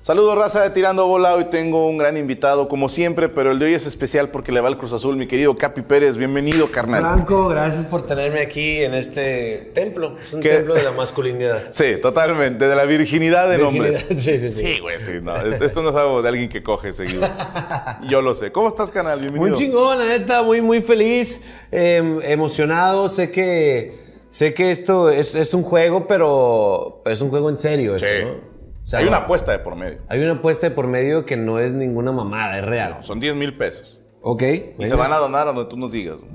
Saludos, raza de Tirando Bola. Hoy tengo un gran invitado, como siempre, pero el de hoy es especial porque le va al Cruz Azul, mi querido Capi Pérez. Bienvenido, carnal. Franco, gracias por tenerme aquí en este templo. Es un ¿Qué? templo de la masculinidad. Sí, totalmente, de la virginidad de nombres. Virginidad. Sí, sí, sí. Sí, güey, sí, no. Esto no es algo de alguien que coge seguido. Yo lo sé. ¿Cómo estás, canal? Bienvenido. Muy chingón, la neta, muy, muy feliz, eh, emocionado. Sé que, sé que esto es, es un juego, pero es un juego en serio. Sí. esto, ¿no? O sea, Hay una no- apuesta de por medio. hay una apuesta de por medio que no es ninguna mamada, es real. Son 10 mil pesos. Ok. Y se van a donar a donde tú nos digas. güey.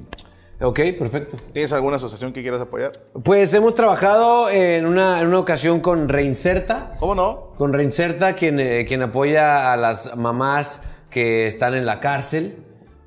Ok, perfecto. ¿Tienes alguna asociación que quieras apoyar? Pues hemos trabajado en una, en una ocasión con Reinserta. ¿Cómo no? Con Reinserta, quien, eh, quien apoya a las mamás que están en la cárcel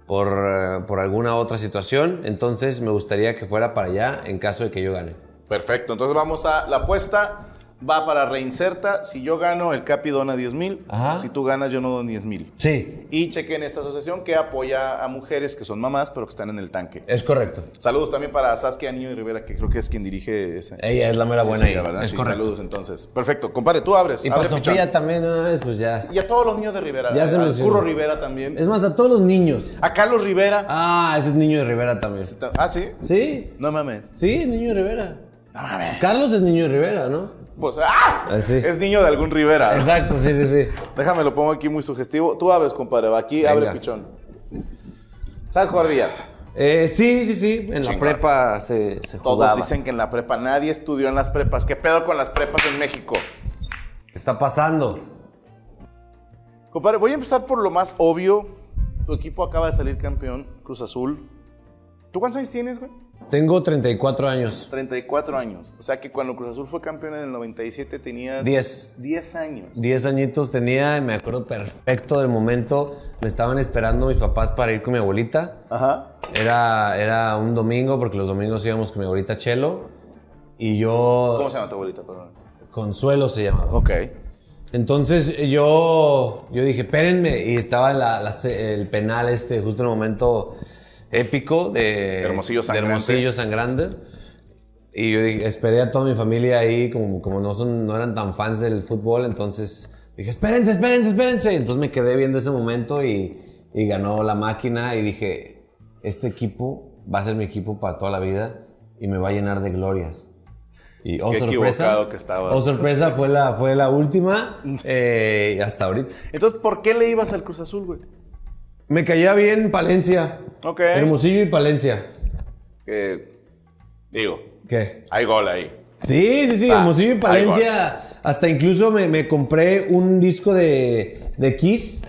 por, eh, por alguna otra situación. Entonces me gustaría que fuera para allá en caso de que yo gane. Perfecto. Entonces vamos a la apuesta. Va para reinserta. Si yo gano, el Capi dona 10 mil. Ajá. Si tú ganas, yo no dono 10 mil. Sí. Y chequen esta asociación que apoya a mujeres que son mamás, pero que están en el tanque. Es correcto. Saludos también para Saskia Niño y Rivera, que creo que es quien dirige ese. Ella es la mera buena. ahí. ¿verdad? es Sí, correcto. saludos entonces. Perfecto, compadre, tú abres. Y para abre Sofía pichón. también, de una vez, pues ya. Y a todos los niños de Rivera. Ya se a- a mencionó. Curro Rivera también. Es más, a todos los niños. A Carlos Rivera. Ah, ese es niño de Rivera también. Ah, sí. Sí, No mames. sí, es niño de Rivera. No mames. Carlos es niño de Rivera, ¿no? Pues, ¡ah! Así es. Es niño de algún Rivera. Exacto, sí, sí, sí. Déjame, lo pongo aquí muy sugestivo. Tú abres, compadre. va Aquí abre Venga. pichón. ¿Sabes jugar billar? Eh, sí, sí, sí. Chingón. En la prepa se, se Todos jugaba. dicen que en la prepa nadie estudió en las prepas. ¿Qué pedo con las prepas en México? Está pasando. Compadre, voy a empezar por lo más obvio. Tu equipo acaba de salir campeón, Cruz Azul. ¿Tú cuántos años tienes, güey? Tengo 34 años. 34 años. O sea que cuando Cruz Azul fue campeón en el 97 tenías... Diez. 10 años. 10 añitos tenía y me acuerdo perfecto del momento. Me estaban esperando mis papás para ir con mi abuelita. Ajá. Era, era un domingo porque los domingos íbamos con mi abuelita Chelo. Y yo... ¿Cómo se llama tu abuelita, perdón? Consuelo se llamaba. Ok. Entonces yo, yo dije, espérenme. Y estaba la- la- el penal este, justo en el momento épico de Hermosillo de Sangrante. Hermosillo Sangrante. Y yo dije, esperé a toda mi familia ahí, como, como no, son, no eran tan fans del fútbol. Entonces dije, espérense, espérense, espérense. Entonces me quedé viendo ese momento y, y ganó la máquina. Y dije, este equipo va a ser mi equipo para toda la vida y me va a llenar de glorias. Y oh, Qué sorpresa. equivocado que estabas. Oh, sorpresa, fue la, fue la última eh, y hasta ahorita. Entonces, ¿por qué le ibas al Cruz Azul, güey? Me caía bien Palencia. Ok. Hermosillo y Palencia. Que... Eh, Digo, ¿Qué? hay gol ahí. Sí, sí, sí, Ah, Hermosillo y ahí Palencia. Hasta incluso me, me compré un disco de, de Kiss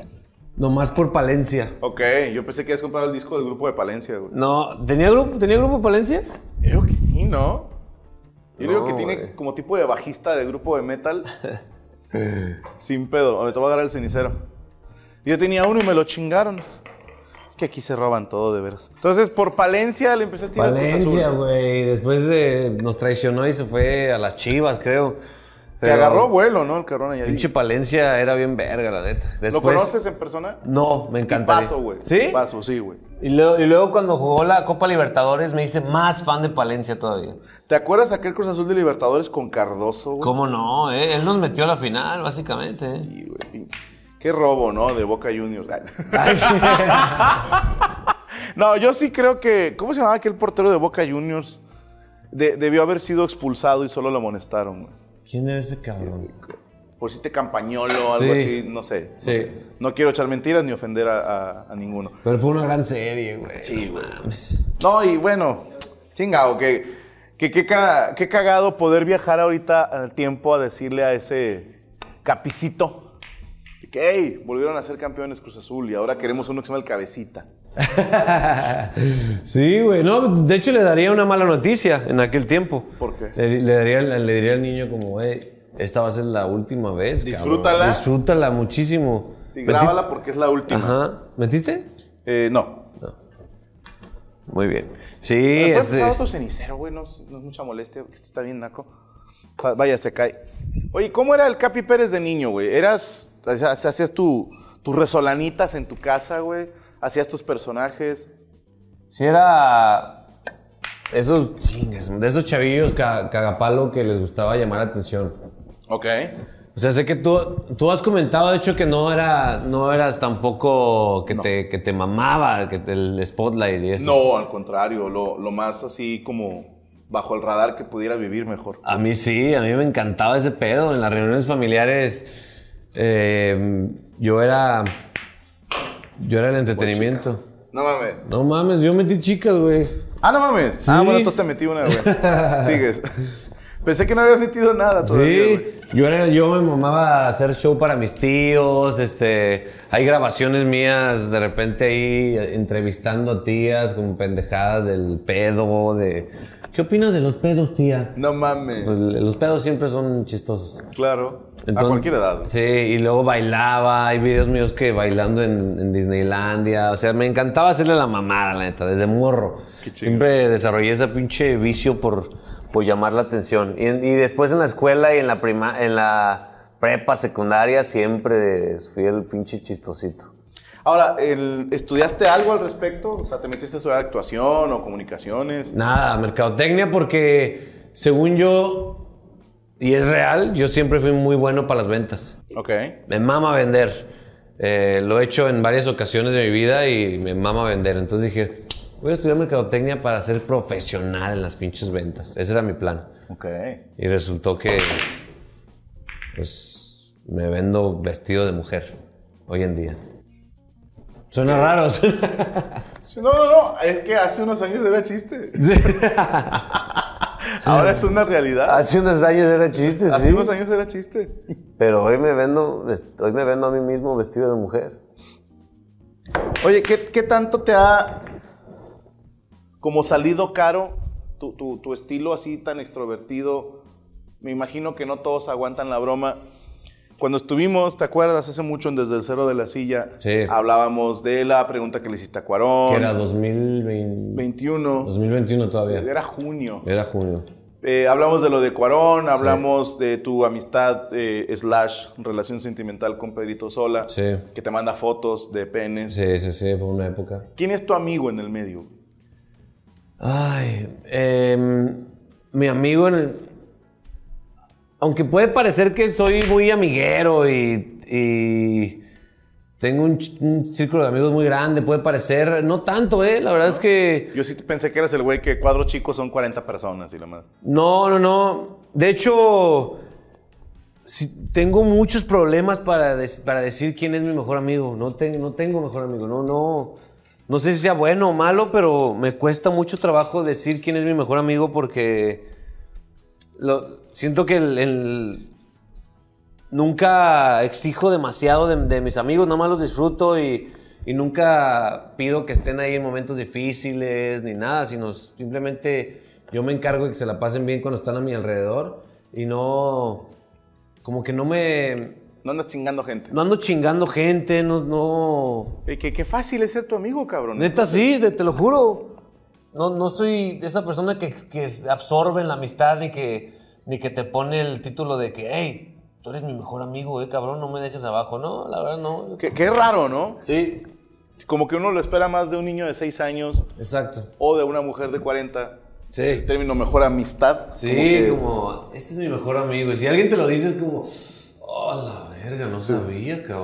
nomás por Palencia. Ok, yo pensé que habías comprado el disco del grupo de Palencia, güey. No, ¿tenía grupo, ¿tenía grupo Palencia? Yo creo que sí, ¿no? Yo No, digo que tiene güey. como tipo de bajista de grupo de metal. Sin pedo. A ver, te voy a agarrar el cenicero. Yo tenía uno y me lo chingaron. Es que aquí se roban todo, de veras. Entonces, por Palencia le empezaste a tirar Palencia, güey. Después eh, nos traicionó y se fue a las chivas, creo. Te Pero agarró vuelo, ¿no? El cabrón allá. Pinche Palencia era bien verga, la neta. Después, ¿Lo conoces en persona? No, me encanta. Paso, güey. ¿Sí? Paso, sí, güey. Y luego, y luego cuando jugó la Copa Libertadores me hice más fan de Palencia todavía. ¿Te acuerdas aquel Cruz Azul de Libertadores con Cardoso, güey? ¿Cómo no? eh? Él nos metió a la final, básicamente. eh. Sí, güey, pinche. Qué robo, ¿no? De Boca Juniors. Ay, No, yo sí creo que. ¿Cómo se llamaba aquel portero de Boca Juniors? De- debió haber sido expulsado y solo lo amonestaron, güey. ¿Quién era ese cabrón? Por si te campañolo o algo Sí. así, no sé. No, Sí. sé. No quiero echar mentiras ni ofender a, a- a ninguno. Pero fue una gran serie, güey. Sí, No güey. mames. No, y bueno, chingado, que, que, que ca- qué cagado poder viajar ahorita al tiempo a decirle a ese capicito que, hey, volvieron a ser campeones Cruz Azul y ahora queremos uno que se llama el Cabecita. Sí, güey. No, de hecho le daría una mala noticia en aquel tiempo. ¿Por qué? Le, le daría, al- le diría al niño como, güey, esta va a ser la última vez. cabrón. Disfrútala. Disfrútala muchísimo. Sí, Meti- grábala porque es la última. Ajá. ¿Metiste? Eh, no, Muy bien. Sí, ¿Me puedes este- pasar otro cenicero, güey? No, es- no es mucha molestia, porque esto está bien naco. Va- Vaya, se cae. Oye, ¿cómo era el Capi Pérez de niño, güey? Eras, o sea, hacías tu, tus resolanitas en tu casa, güey. Hacías tus personajes. Si era esos chingues, de esos chavillos ca- cagapalo que les gustaba llamar la atención. Ok. O sea, sé que tú, tú has comentado, de hecho, que no, era, no eras tampoco que, No. te, que te mamaba que te- el spotlight y eso. No, al contrario, lo, lo más así como bajo el radar que pudiera vivir mejor. A mí sí, a mí me encantaba ese pedo. En las reuniones familiares eh, yo era. Yo era el entretenimiento. No mames. No mames, yo metí chicas, güey. Ah, no mames. Ah, Sí. bueno, tú te metí una, güey. Sigues. Pensé que no habías metido nada todavía. Sí, güey. yo, era, yo me mamaba hacer show para mis tíos, este, hay grabaciones mías de repente ahí eh, entrevistando a tías con pendejadas del pedo, de... ¿Qué opinas de los pedos, tía? No mames. Pues los pedos siempre son chistosos. claro. a Entonces- cualquier edad. güey. Sí, y luego bailaba, hay videos míos que bailando en, en Disneylandia, o sea, me encantaba hacerle la mamada, la neta, desde morro. Qué chido. Siempre desarrollé ese pinche vicio por, por llamar la atención. Y, en- y después en la escuela y en la, prima, en la prepa secundaria siempre fui el pinche chistosito. Ahora, el- ¿estudiaste algo al respecto? O sea, ¿te metiste a estudiar actuación o comunicaciones? Nada, mercadotecnia porque según yo, y es real, yo siempre fui muy bueno para las ventas. Ok. Me mama vender. Eh, lo he hecho en varias ocasiones de mi vida y me mama vender. Entonces dije, voy a estudiar mercadotecnia para ser profesional en las pinches ventas. Ese era mi plan. Ok. Y resultó que, pues, me vendo vestido de mujer hoy en día. Suena raro. Sí, No, no, no. Es que hace unos años era chiste. Ahora es una realidad. Hace unos años era chiste, Hace sí. unos años era chiste. Pero hoy me vendo, hoy me vendo a mí mismo vestido de mujer. Oye, ¿qué, qué tanto te ha como salido caro tu, tu- tu estilo así tan extrovertido? Me imagino que no todos aguantan la broma. Cuando estuvimos, ¿te acuerdas? Hace mucho en Desde el Cero de la Silla, Sí. hablábamos de la pregunta que le hiciste a Cuarón. Que era 2020, 21. 2021 todavía. Era junio. Era junio. Eh, hablamos de lo de Cuarón, hablamos de tu amistad eh, slash relación sentimental con Pedrito Sola, Sí. que te manda fotos de penes. Sí, sí, sí, fue una época. ¿Quién es tu amigo en el medio? Ay, em, mi amigo en el- Aunque puede parecer que soy muy amiguero y, y tengo un, ch- un círculo de amigos muy grande, puede parecer, no tanto, ¿eh? La verdad es que... Yo sí pensé que eras el güey que cuadro chico son 40 personas y la madre. No, no, no. De hecho, sí, tengo muchos problemas para, des- para decir quién es mi mejor amigo. No, te- no tengo mejor amigo, no, no. No sé si sea bueno o malo, pero me cuesta mucho trabajo decir quién es mi mejor amigo porque lo, siento que el, el- nunca exijo demasiado de, de mis amigos, nada más los disfruto y, y nunca pido que estén ahí en momentos difíciles ni nada, sino simplemente yo me encargo de que se la pasen bien cuando están a mi alrededor y no, como que no me, No andas chingando gente. no ando chingando gente, no, no, Eh, que qué fácil es ser tu amigo, cabrón. Neta, sí, de- te lo juro. No, no soy esa persona que, que absorbe en la amistad ni que, ni que te pone el título de que, hey, tú eres mi mejor amigo, eh, cabrón, no me dejes abajo. No, la verdad no. Que, que es raro, ¿no? Sí, Como que uno lo espera más de un niño de 6 años exacto. o de una mujer de 40. Sí. El término mejor amistad. Sí, como que- como, este es mi mejor amigo. Y si alguien te lo dice es como, oh, la verga, no sabía, cabrón.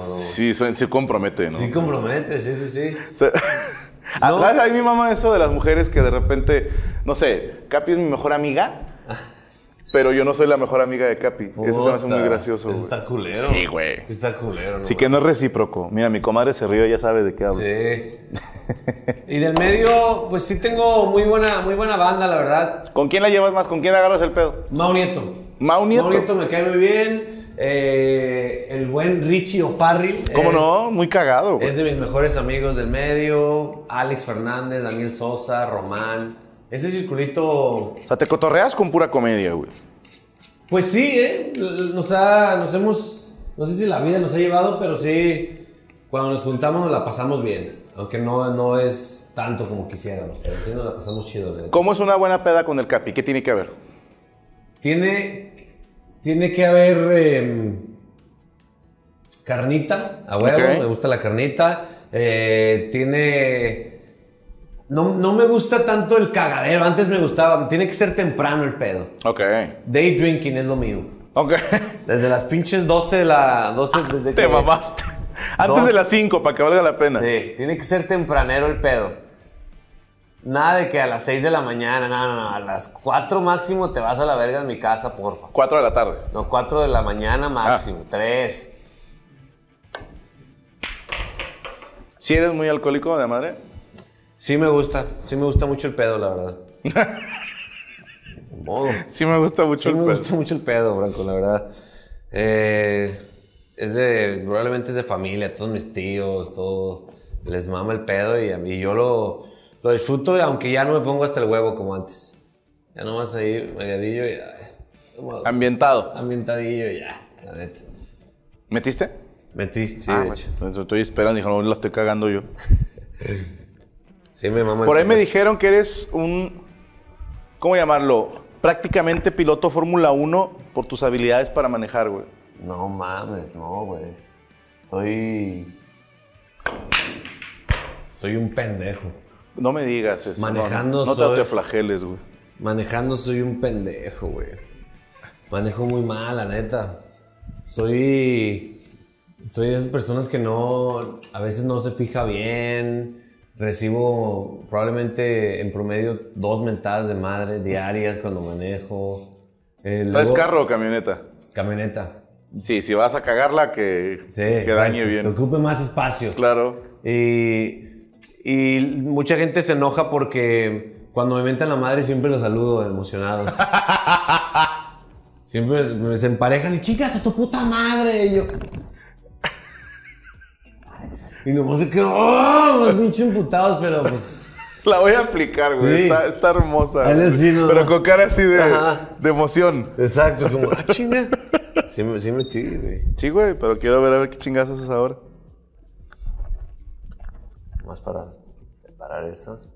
Sí, Sí, se, se compromete, ¿no? compromete, sí, sí, sí. O sea, a- No. ¿Sabes? A mí me mama eso de las mujeres que de repente, no sé, Capi es mi mejor amiga, pero yo no soy la mejor amiga de Capi. Eso se me hace muy Puta, gracioso. Eso güey. está culero. Sí, güey. Sí está culero, ¿no? Sí que no es recíproco. Mira, mi comadre se rió, ya sabe de qué hablo. Sí. Y del medio, pues sí tengo muy buena, muy buena banda, la verdad. ¿Con quién la llevas más? ¿Con quién agarras el pedo? Mau Nieto. Mau Nieto. me cae muy bien. Eh, el buen Richie O'Farrill. ¿Cómo es- no? Muy cagado, güey. Es de mis mejores amigos del medio. Alex Fernández, Daniel Sosa, Román. Ese circulito O sea, te cotorreas con pura comedia, güey. Pues sí, ¿eh? Nos, ha- nos hemos, no sé si la vida nos ha llevado, pero sí, cuando nos juntamos nos la pasamos bien. Aunque no, no es tanto como quisiéramos, pero sí nos la pasamos chido. ¿eh? ¿Cómo es una buena peda con el Capi? ¿Qué tiene que ver? Tiene, tiene que haber em, carnita, a huevo, Ok. me gusta la carnita. Eh, tiene... No, no me gusta tanto el cagadero, antes me gustaba, tiene que ser temprano el pedo. Ok, Day drinking es lo mío. Ok. Desde las pinches 12, de la 12 desde Te que... mamaste. Antes de Dos. las 5, para que valga la pena. Sí, tiene que ser tempranero el pedo. Nada de que a las 6 de la mañana, no, no, no, a las 4 máximo te vas a la verga en mi casa, porfa. 4 de la tarde. No, 4 de la Ah. mañana máximo, 3. Si eres muy alcohólico de madre, Sí me gusta, sí me gusta mucho el pedo, la verdad. Ni modo. sí me gusta mucho Sí me el pedo. gusta mucho el pedo, Branco, la verdad. Eh, es de, probablemente es de familia, todos mis tíos, todo. Les mama el pedo y, a mí- yo lo, lo disfruto, aunque ya no me pongo hasta el huevo como antes. Ya nomás ahí, mediadillo y... ay, como Ambientado. ambientadillo y ya, la neta. ¿Metiste? Metiste, sí, Ah, de bueno, hecho. entonces estoy esperando, dijo, no la estoy cagando yo. Sí me mama el Por ahí pedo. me dijeron que eres un, ¿cómo llamarlo? Prácticamente piloto Fórmula 1 por tus habilidades para manejar, güey. No mames, no, güey. Soy... Soy un pendejo. No me digas eso. no, Manejando No, no te soy- autoflageles, güey. Manejando soy un pendejo, güey. Manejo muy mal, la neta. Soy. Soy de esas personas que no. A veces no se fija bien. Recibo probablemente en promedio dos mentadas de madre diarias cuando manejo. Eh, ¿Traes luego- carro o camioneta? Camioneta. Sí, si vas a cagarla, que, Sí. que dañe exacto, Que bien. ocupe más espacio. Claro. Y, y mucha gente se enoja porque cuando me mentan la madre siempre los saludo emocionado. Siempre se- me- se emparejan y chicas a tu puta madre. Y yo. Y nomás se quedan, ¡oh! Los pinche imputados, pero pues. La voy a aplicar, güey. Sí. Está, está hermosa. Dale güey. así, no, Pero no. con cara así de, Ajá. de emoción. Exacto, como, ¡ah, chinga! Sí, me, sí me metí, güey. Sí, güey, pero quiero ver a ver qué chingas haces ahora. Más para separar esas.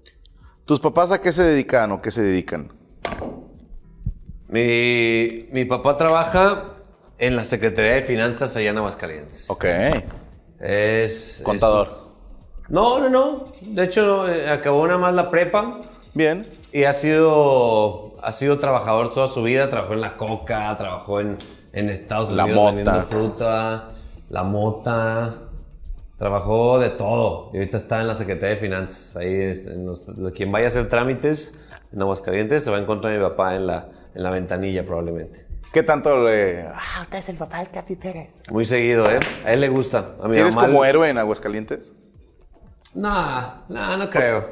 ¿Tus papás a qué se dedican o qué se dedican? Mi, mi papá trabaja en la Secretaría de Finanzas allá en Aguascalientes. Ok. Es. Contador. es- no, no, no. De hecho, no, eh, acabó nada más la prepa Bien. y ha sido, ha sido trabajador toda su vida. Trabajó en la coca, trabajó en, en Estados La Unidos mota. vendiendo fruta, la mota. Trabajó de todo. Y ahorita está en la Secretaría de Finanzas. Ahí, es- en los- quien vaya a hacer trámites en Aguascalientes se va a encontrar a mi papá en la, en la ventanilla probablemente. ¿Qué tanto le...? Ah, usted es el papá del Capi Pérez. Muy seguido, ¿eh? A él le gusta. A mi ¿Sí eres mamá como le- héroe en Aguascalientes? Nah, nah, no creo.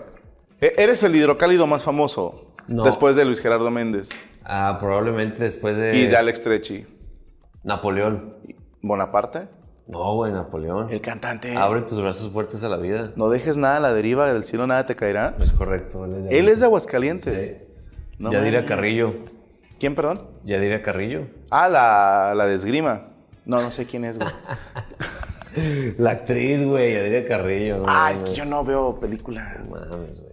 E- ¿Eres el hidrocálido más famoso? No. Después de Luis Gerardo Méndez Ah, probablemente después de y de Alex Trechi. Napoleón. ¿Bonaparte? No, güey, Napoleón. El cantante. Abre tus brazos fuertes a la vida. No dejes nada a la deriva, del cielo nada te caerá. No es correcto. Él es de, Él es de Aguascalientes. No Yadira mames. Carrillo. ¿Quién, perdón? Yadira Carrillo. Ah, la, la de esgrima. No, no sé quién es, güey. La actriz, güey, Yadira Carrillo. no Ah, es que mames. yo no veo películas. No mames, güey.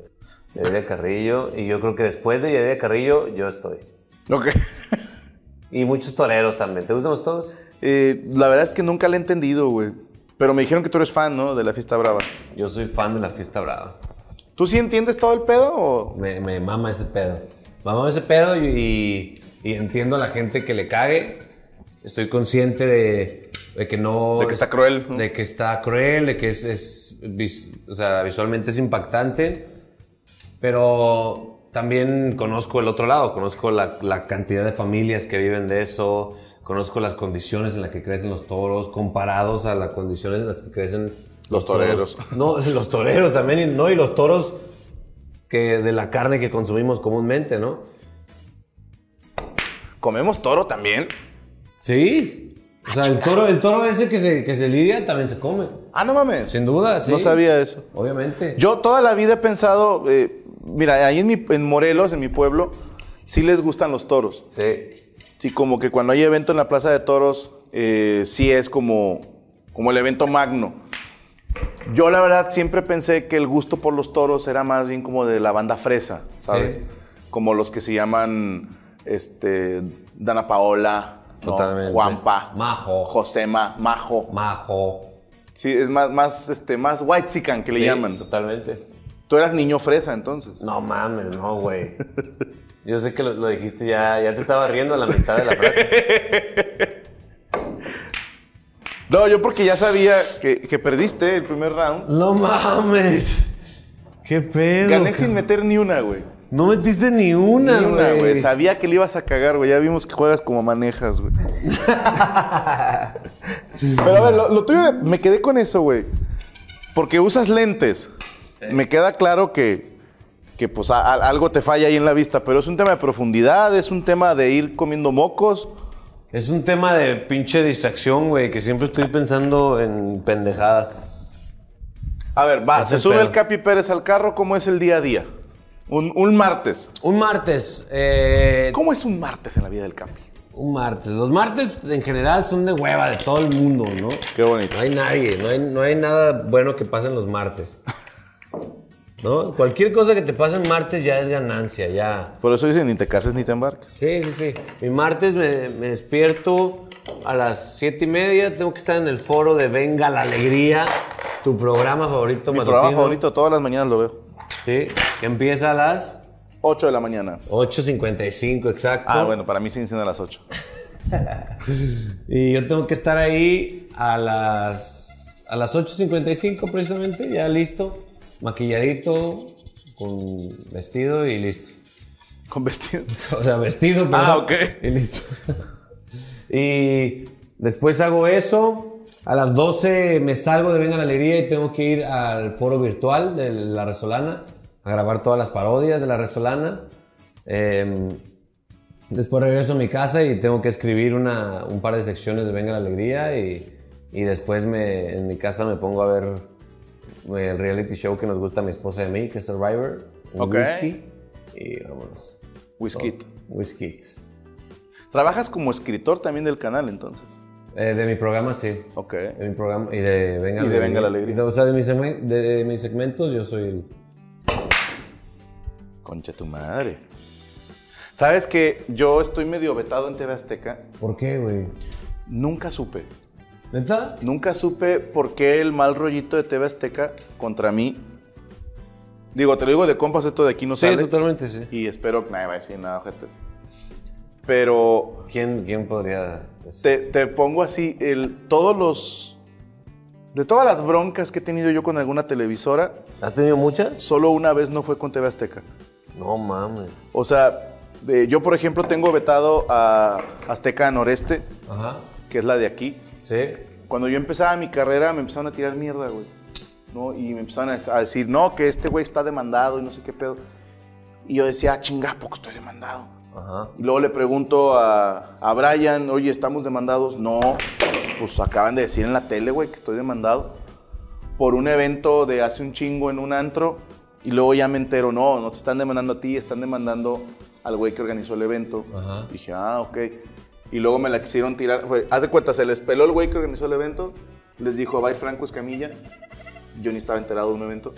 Yadira Carrillo. Y yo creo que después de Yadira Carrillo, yo estoy. Ok. Y muchos toreros también. ¿Te gustan los toros? Eh, la verdad es que nunca la he entendido, güey. Pero me dijeron que tú eres fan, ¿no? De la fiesta brava. Yo soy fan de la fiesta brava. ¿Tú sí entiendes todo el pedo o...? Me, me mama ese pedo. Me mama ese pedo y, y entiendo a la gente que le cague. Estoy consciente de, de que no. De que está cruel, ¿no? De que está cruel, de que es. es vis- o sea, visualmente es impactante. Pero también conozco el otro lado. Conozco la, la cantidad de familias que viven de eso. Conozco las condiciones en las que crecen los toros comparados a las condiciones en las que crecen Los toreros. toros. No, los toreros también, y- no, y los toros que de la carne que consumimos comúnmente, ¿no? ¿Comemos toro también? Sí. O sea, el toro, el toro ese que se, que se lidia también se come. Ah, no mames. Sin duda, sí. No sabía eso. Obviamente. Yo toda la vida he pensado... eh, mira, ahí en, mi, en Morelos, en mi pueblo, sí les gustan los toros. Sí. Sí, como que cuando hay evento en la Plaza de Toros, eh, sí es como, como el evento magno. Yo la verdad siempre pensé que el gusto por los toros era más bien como de la banda fresa, ¿sabes? Sí. Como los que se llaman este, Dana Paola, ¿no? Totalmente. Juanpa, Majo. Josema, Majo. Majo. Sí, es más, más, este, más white chican que le Sí, llaman. Totalmente. Tú eras niño fresa entonces. No mames, no, güey. Yo sé que lo, lo dijiste ya, ya te estaba riendo a la mitad de la frase. No, yo porque ya sabía que, que perdiste el primer round. ¡No mames! ¡Qué pedo! Gané cabrón? sin meter ni una, güey. No metiste ni una, Ni una, güey. güey. Sabía que le ibas a cagar, güey. Ya vimos que juegas como manejas, güey. Pero a ver, lo, lo tuyo, de- me quedé con eso, güey. Porque usas lentes. Me queda claro que, que pues, a- a- algo te falla ahí en la vista. Pero es un tema de profundidad, es un tema de ir comiendo mocos. Es un tema de pinche distracción, güey, que siempre estoy pensando en pendejadas. A ver, va, Ese se es sube pedo. el Capi Pérez al carro. ¿Cómo es el día a día? Un, un martes. Un martes, eh, ¿Cómo es un martes en la vida del Capi? un martes. Los martes en general son de hueva de todo el mundo, ¿no? Qué bonito. No hay nadie, no hay, no hay nada bueno que pase en los martes. ¿No? Cualquier cosa que te pase en martes ya es ganancia, ya. Por eso dicen, ni te cases ni te embarques. Sí, sí, sí. Mi martes me, me despierto a las siete y media. Tengo que estar en el foro de Venga la Alegría, tu programa favorito Mi matutino. programa favorito, todas las mañanas lo veo. Sí, que empieza a las 8 de la mañana. 8.55 exacto. Ah, bueno, para mí siguen siendo las 8. Y yo tengo que estar ahí a las, a las 8.55 precisamente, ya listo, maquilladito, con vestido y listo. Con vestido. O sea, vestido, pero. Ah, ok. Y listo. y después hago eso. A las 12 me salgo de Venga la Alegría y tengo que ir al foro virtual de La Resolana a grabar todas las parodias de La Resolana. Em, después regreso a mi casa y tengo que escribir una- un par de secciones de Venga la Alegría y, y después me- en mi casa me pongo a ver eh, el reality show que nos gusta a mi esposa y a mí, que es Survivor, un Ok. whisky y vámonos. Whisky. Whisky. Trabajas como escritor también del canal, entonces. Eh, de mi programa, sí. Ok. De mi programa y de Venga, Y de Venga la Alegría. De- o sea, de mis, segmen- de, de mis segmentos, yo soy el. Concha tu madre. ¿Sabes que yo estoy medio vetado en TV Azteca? ¿Por qué, güey? Nunca supe. ¿Neta? Nunca supe por qué el mal rollito de TV Azteca contra mí. Digo, te lo digo de compas, esto de aquí no Sí, sale. totalmente, sí. Y espero que nadie va a decir nada, ojetes. Pero ¿Quién, quién podría decir? te, te pongo así, el, todos los... De todas las broncas que he tenido yo con alguna televisora, ¿Has tenido muchas? solo una vez no fue con TV Azteca. No mames. O sea, eh, yo por ejemplo tengo vetado a Azteca Noreste, Ajá. que es la de aquí. Sí. Cuando yo empezaba mi carrera me empezaron a tirar mierda, güey. ¿no? Y me empezaron a, a decir, no, que este güey está demandado y no sé qué pedo. Y yo decía, ah, chinga, ¿a poco estoy demandado. Ajá. Y luego le pregunto a, a Brian, oye, ¿estamos demandados? No, pues acaban de decir en la tele, güey, que estoy demandado por un evento de hace un chingo en un antro. Y luego ya me entero, no, no te están demandando a ti, están demandando al güey que organizó el evento. Ajá. Dije, ah, ok. Y luego me la quisieron tirar. güey, haz de cuenta, se les peló el güey que organizó el evento. Les dijo, bye Franco Escamilla. Yo ni estaba enterado de un evento.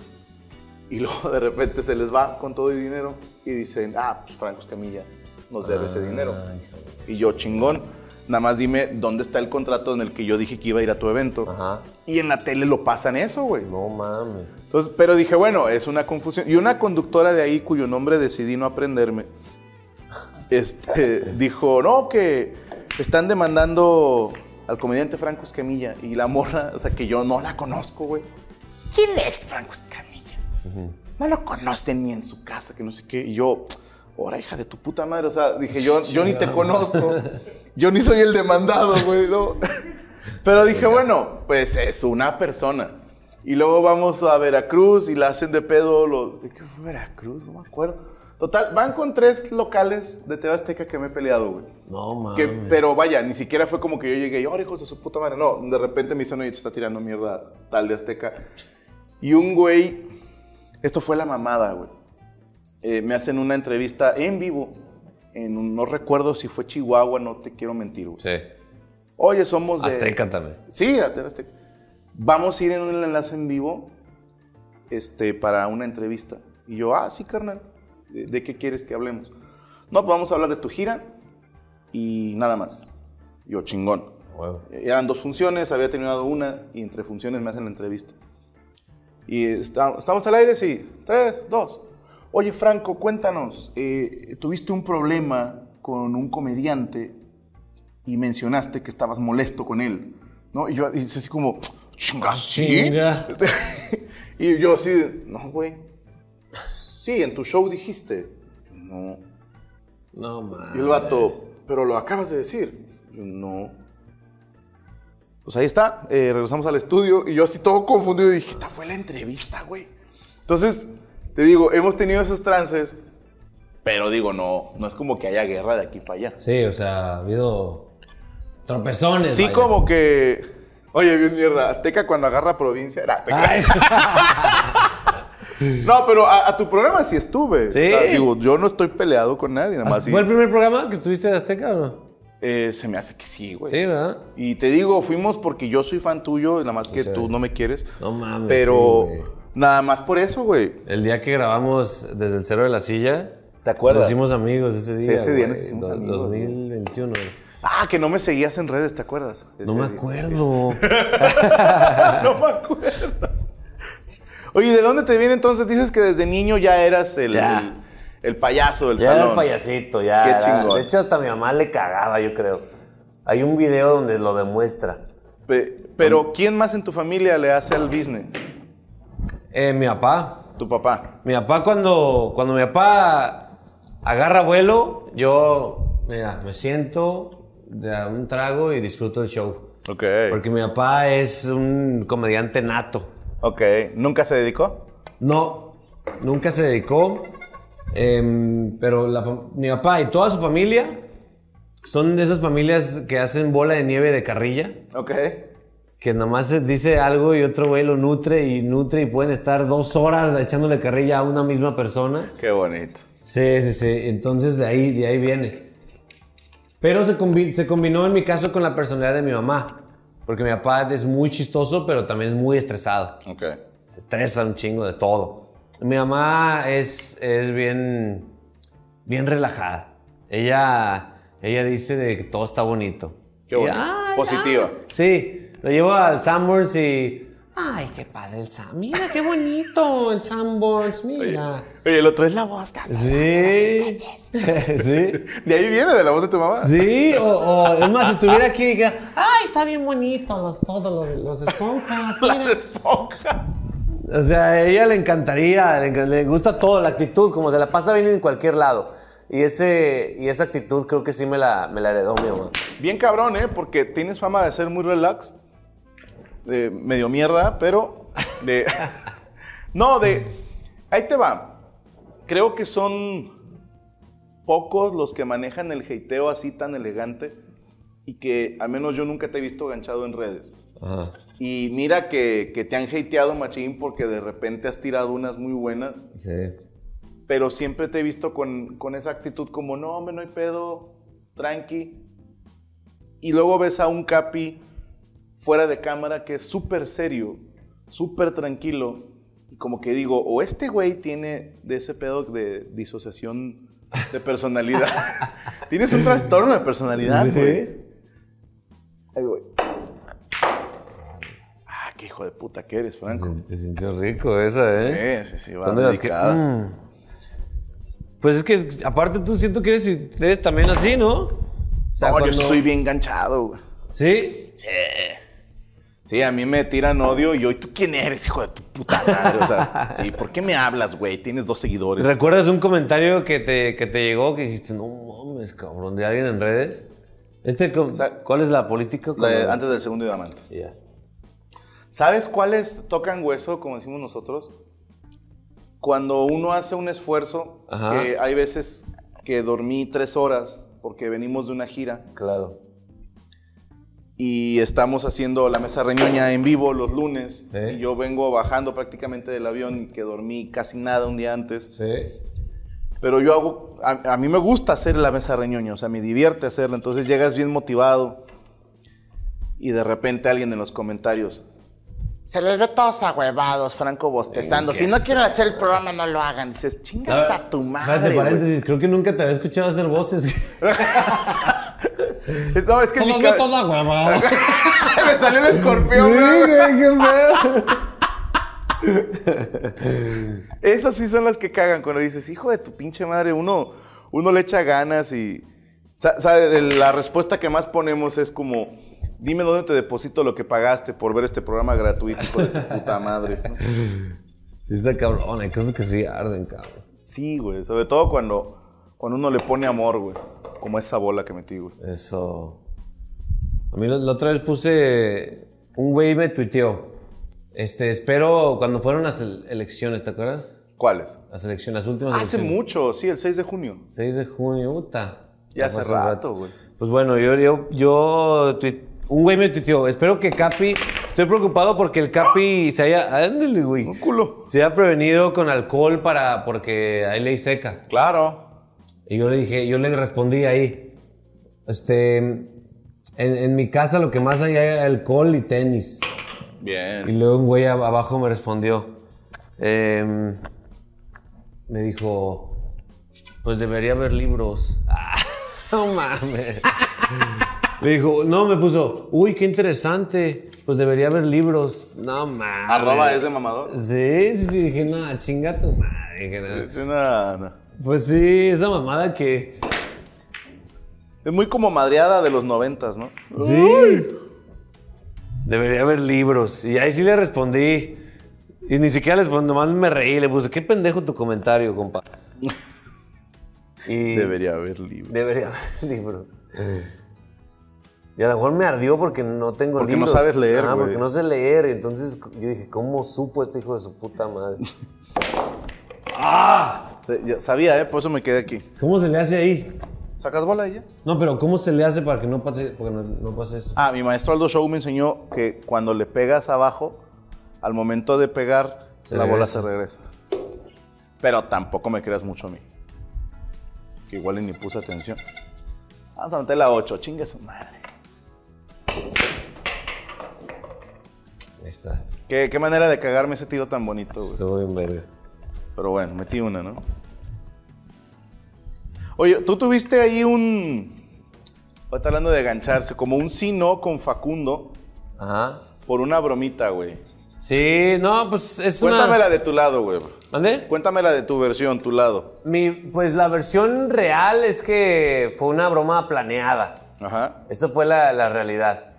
Y luego de repente se les va con todo el dinero y dicen, ah, pues Franco Escamilla nos debe ese dinero. Y yo, chingón, nada más dime dónde está el contrato en el que yo dije que iba a ir a tu evento. Ajá. Y en la tele lo pasan eso, güey. No mames. Entonces, pero dije, bueno, es una confusión. Y una conductora de ahí, cuyo nombre decidí no aprenderme, este, dijo, no, que están demandando al comediante Franco Escamilla. Y la morra, o sea, que yo no la conozco, güey. ¿Quién es Franco Escamilla? No lo conocen ni en su casa, que no sé qué. Y yo, ahora hija de tu puta madre. O sea, dije, yo, yo ni te conozco. Yo ni soy el demandado, güey. ¿no? Pero dije, bueno, pues es una persona. Y luego vamos a Veracruz y la hacen de pedo los... ¿De qué fue Veracruz? No me acuerdo. Total, van con tres locales de TV Azteca que me he peleado, güey. No mames. Que- pero vaya, ni siquiera fue como que yo llegué y, ahora hijos de su puta madre. No, de repente me dicen, oye, te está tirando mierda tal de Azteca. Y un güey, esto fue la mamada, güey. Eh, me hacen una entrevista en vivo. En un- no recuerdo si fue Chihuahua, no te quiero mentir, güey. Sí. Oye, somos de. Azteca también. Sí, a TV Azteca. Vamos a ir en un enlace en vivo este, para una entrevista. Y yo, ah, sí, carnal. ¿De, de qué quieres que hablemos? No, pues vamos a hablar de tu gira y nada más. Yo, chingón. Huevo. Eh, Eran dos funciones, había terminado una y entre funciones me hacen la entrevista. Y está- estamos al aire, sí. Tres, dos. Oye, Franco, cuéntanos, eh, tuviste un problema con un comediante y mencionaste que estabas molesto con él, ¿no? Y yo y es así como, chinga, ¿sí? Chinga. y yo así, de, no, güey, sí, en tu show dijiste, Yo, no. No, man. Y el vato, pero lo acabas de decir. Yo, no. Pues ahí está, eh, regresamos al estudio y yo así todo confundido dije, esta fue la entrevista, güey. Entonces, te digo, hemos tenido esos trances, pero digo, no, no es como que haya guerra de aquí para allá. Sí, o sea, ha habido tropezones. Sí, vaya. como que, oye, bien mierda, Azteca cuando agarra provincia, nah, te creas. Ay, no, pero a, a tu programa sí estuve. Sí. Ah, digo, yo no estoy peleado con nadie, nada más. sí. ¿Fue el primer programa que estuviste de Azteca o no? Eh, se me hace que sí, güey. Sí, ¿verdad? Y te digo, fuimos porque yo soy fan tuyo, nada más que tú no me quieres. No mames, Pero sí, güey. nada más por eso, güey. El día que grabamos desde el cero de la silla. ¿Te acuerdas? Nos hicimos amigos ese día. Sí, ese día güey, nos hicimos do- amigos, 2021. Ah, que no me seguías en redes, ¿te acuerdas? No Ese me día. acuerdo. no me acuerdo. Oye, ¿de dónde te viene entonces? Dices que desde niño ya eras el, Ya. el, el payaso del Ya salón. era el payasito, ya. Qué era- chingón. De hecho, hasta mi mamá le cagaba, yo creo. Hay un video donde lo demuestra. Pe- pero, ¿quién más en tu familia le hace al business? Eh, mi papá. Tu papá. Mi papá, cuando, cuando mi papá agarra vuelo, yo, mira, me siento, de a un trago y disfruto el show. Ok. Porque mi papá es un comediante nato. Ok. ¿Nunca se dedicó? No, nunca se dedicó. em, pero la fam- mi papá y toda su familia son de esas familias que hacen bola de nieve de carrilla. Ok. Que nomás se dice algo y otro güey lo nutre y nutre y pueden estar dos horas echándole carrilla a una misma persona. Qué bonito. Sí, sí, sí. Entonces de ahí, de ahí viene. Pero se, combi- se combinó en mi caso con la personalidad de mi mamá. Porque mi papá es muy chistoso, pero también es muy estresado Ok. se estresa un chingo de todo. Mi mamá es, es bien, bien relajada. Ella, ella dice de que todo está bonito. Qué bonito. Y, "Ay, Positiva. ay". Sí, lo llevo al Sanborns y... Ay, qué padre el Sam. Mira, qué bonito el Sanborns, mira. Oye, el otro es la voz, cabrón. Sí. sí. De ahí viene, de la voz de tu mamá. Sí, o, o, es más, si estuviera aquí y dijera, ay, está bien bonito, los, todos los, los esponjas, Las mira". esponjas. O sea, a ella le encantaría, le, enc- le gusta todo, la actitud, como se la pasa bien en cualquier lado. Y, ese, y esa actitud creo que sí me la, me la heredó mi mamá. Bien cabrón, ¿eh? Porque tienes fama de ser muy relax. De medio mierda, pero. De. no, de. Ahí te va. Creo que son pocos los que manejan el hateo así tan elegante. Y que al menos yo nunca te he visto ganchado en redes. Y mira que, que te han hateado, machín, porque de repente has tirado unas muy buenas. Sí. pero siempre te he visto con, con esa actitud como, no, hombre, no hay pedo, tranqui. Y luego ves a un Capi fuera de cámara que es súper serio, súper tranquilo. Y como que digo, o este güey tiene de ese pedo de disociación de personalidad. Tienes un trastorno de personalidad, güey. Ay, güey. Ah, qué hijo de puta que eres, Franco. Se sintió rico esa, ¿eh? Sí, sí, sí, va Son de las que- dedicada. Mm. Pues es que, aparte tú siento que eres, eres también así, ¿no? O sea, No, yo cuando- soy bien enganchado, güey. ¿Sí? Sí, a mí me tiran odio y yo, ¿y tú quién eres, hijo de tu puta madre? O sea, sí, ¿por qué me hablas, güey? Tienes dos seguidores. ¿Recuerdas un comentario que te, que te llegó que dijiste, no mames, cabrón, de alguien en redes? Este, com- sea, ¿Cuál es la política? La de- Cuando- antes del segundo diamante. Ya. ¿Sabes cuáles tocan hueso, como decimos nosotros? Cuando uno hace un esfuerzo, Ajá. que hay veces que dormí tres horas porque venimos de una gira Claro. y estamos haciendo la mesa reñoña en vivo los lunes. Sí. Y yo vengo bajando prácticamente del avión que dormí casi nada un día antes. Sí. Pero yo hago, a, a mí me gusta hacer la mesa reñoña, o sea, me divierte hacerla, entonces llegas bien motivado y de repente alguien en los comentarios, Se los ve todos ahuevados. Franco bostezando, Si no quieren hacer el programa, no lo hagan. dices, A chingas ver, a, tu espérate, madre. güey". paréntesis, creo que nunca te había escuchado hacer voces. No, es que mi cabe- toda me salió el escorpión, güey. qué Esas sí son las que cagan cuando dices, hijo de tu pinche madre, uno, uno le echa ganas y. sa- sabe, el- La respuesta que más ponemos es como, dime dónde te deposito lo que pagaste por ver este programa gratuito, hijo de tu puta madre. ¿no? Sí, está cabrón. Hay cosas que sí arden, cabrón. Sí, güey. Sobre todo cuando, cuando uno le pone amor, güey. Como esa bola que metí, güey. Eso. A mí la, la otra vez puse. Un güey me tuiteó. Este, espero cuando fueron las el- elecciones, ¿te acuerdas? ¿Cuáles? Las elecciones, las últimas Hace elecciones. mucho, sí, el 6 de junio. 6 de junio, puta. Ya hace Pasó un rato, güey. Pues bueno, yo, yo, yo tuit- un güey me tuiteó. Espero que Capi. Estoy preocupado porque el Capi se haya. Ándale, güey. Un culo. Se ha prevenido con alcohol para. porque hay ley seca. Claro. Y yo le dije, yo le respondí ahí. Este. En, en mi casa lo que más hay es alcohol y tenis. Y Bien. luego un güey ab- abajo me respondió. em, me dijo, pues debería haber libros. Ah, no mames. Le dijo, no, me puso, uy, qué interesante. Pues debería haber libros. No mames. Arroba ese mamador. Sí, sí, sí. Dije, no, chinga tu madre. Dije, "No". Es una- una- Pues sí, esa mamada que. Es muy como madreada de los noventas, ¿no? Sí. Debería haber libros. Y ahí sí le respondí. Y ni siquiera les respondí, nomás me reí. Le puse, qué pendejo tu comentario, compa. Y Debería haber libros. debería haber libros. Y a lo mejor me ardió porque no tengo Porque no libros. sabes leer, Ah, güey. porque no sé leer. Y entonces yo dije, ¿cómo supo este hijo de su puta madre? Sí, ya Sabía, ¿eh? Por eso me quedé aquí. ¿Cómo se le hace ahí? ¿Sacas bola ella? No, pero ¿cómo se le hace para que no pase, porque no, no pase eso? Ah, mi maestro Aldo Show me enseñó que cuando le pegas abajo, al momento de pegar, Se la bola regresa. se regresa. Pero tampoco me creas mucho a mí. Que igual y ni puse atención. Vamos a meter la 8, chingue su madre. Ahí está. ¿Qué, qué manera de cagarme ese tiro tan bonito, güey. Estuvo bien verga. Pero bueno, metí una, ¿no? Oye, tú tuviste ahí un. Está hablando de engancharse, como un sí no con Facundo Ajá. por una bromita, güey. Sí, no, pues es una... Cuéntamela de tu lado, güey. ¿Mande? Cuéntamela de tu versión, tu lado. Mi, pues la versión real es que fue una broma planeada. Ajá. Esa fue la, la realidad.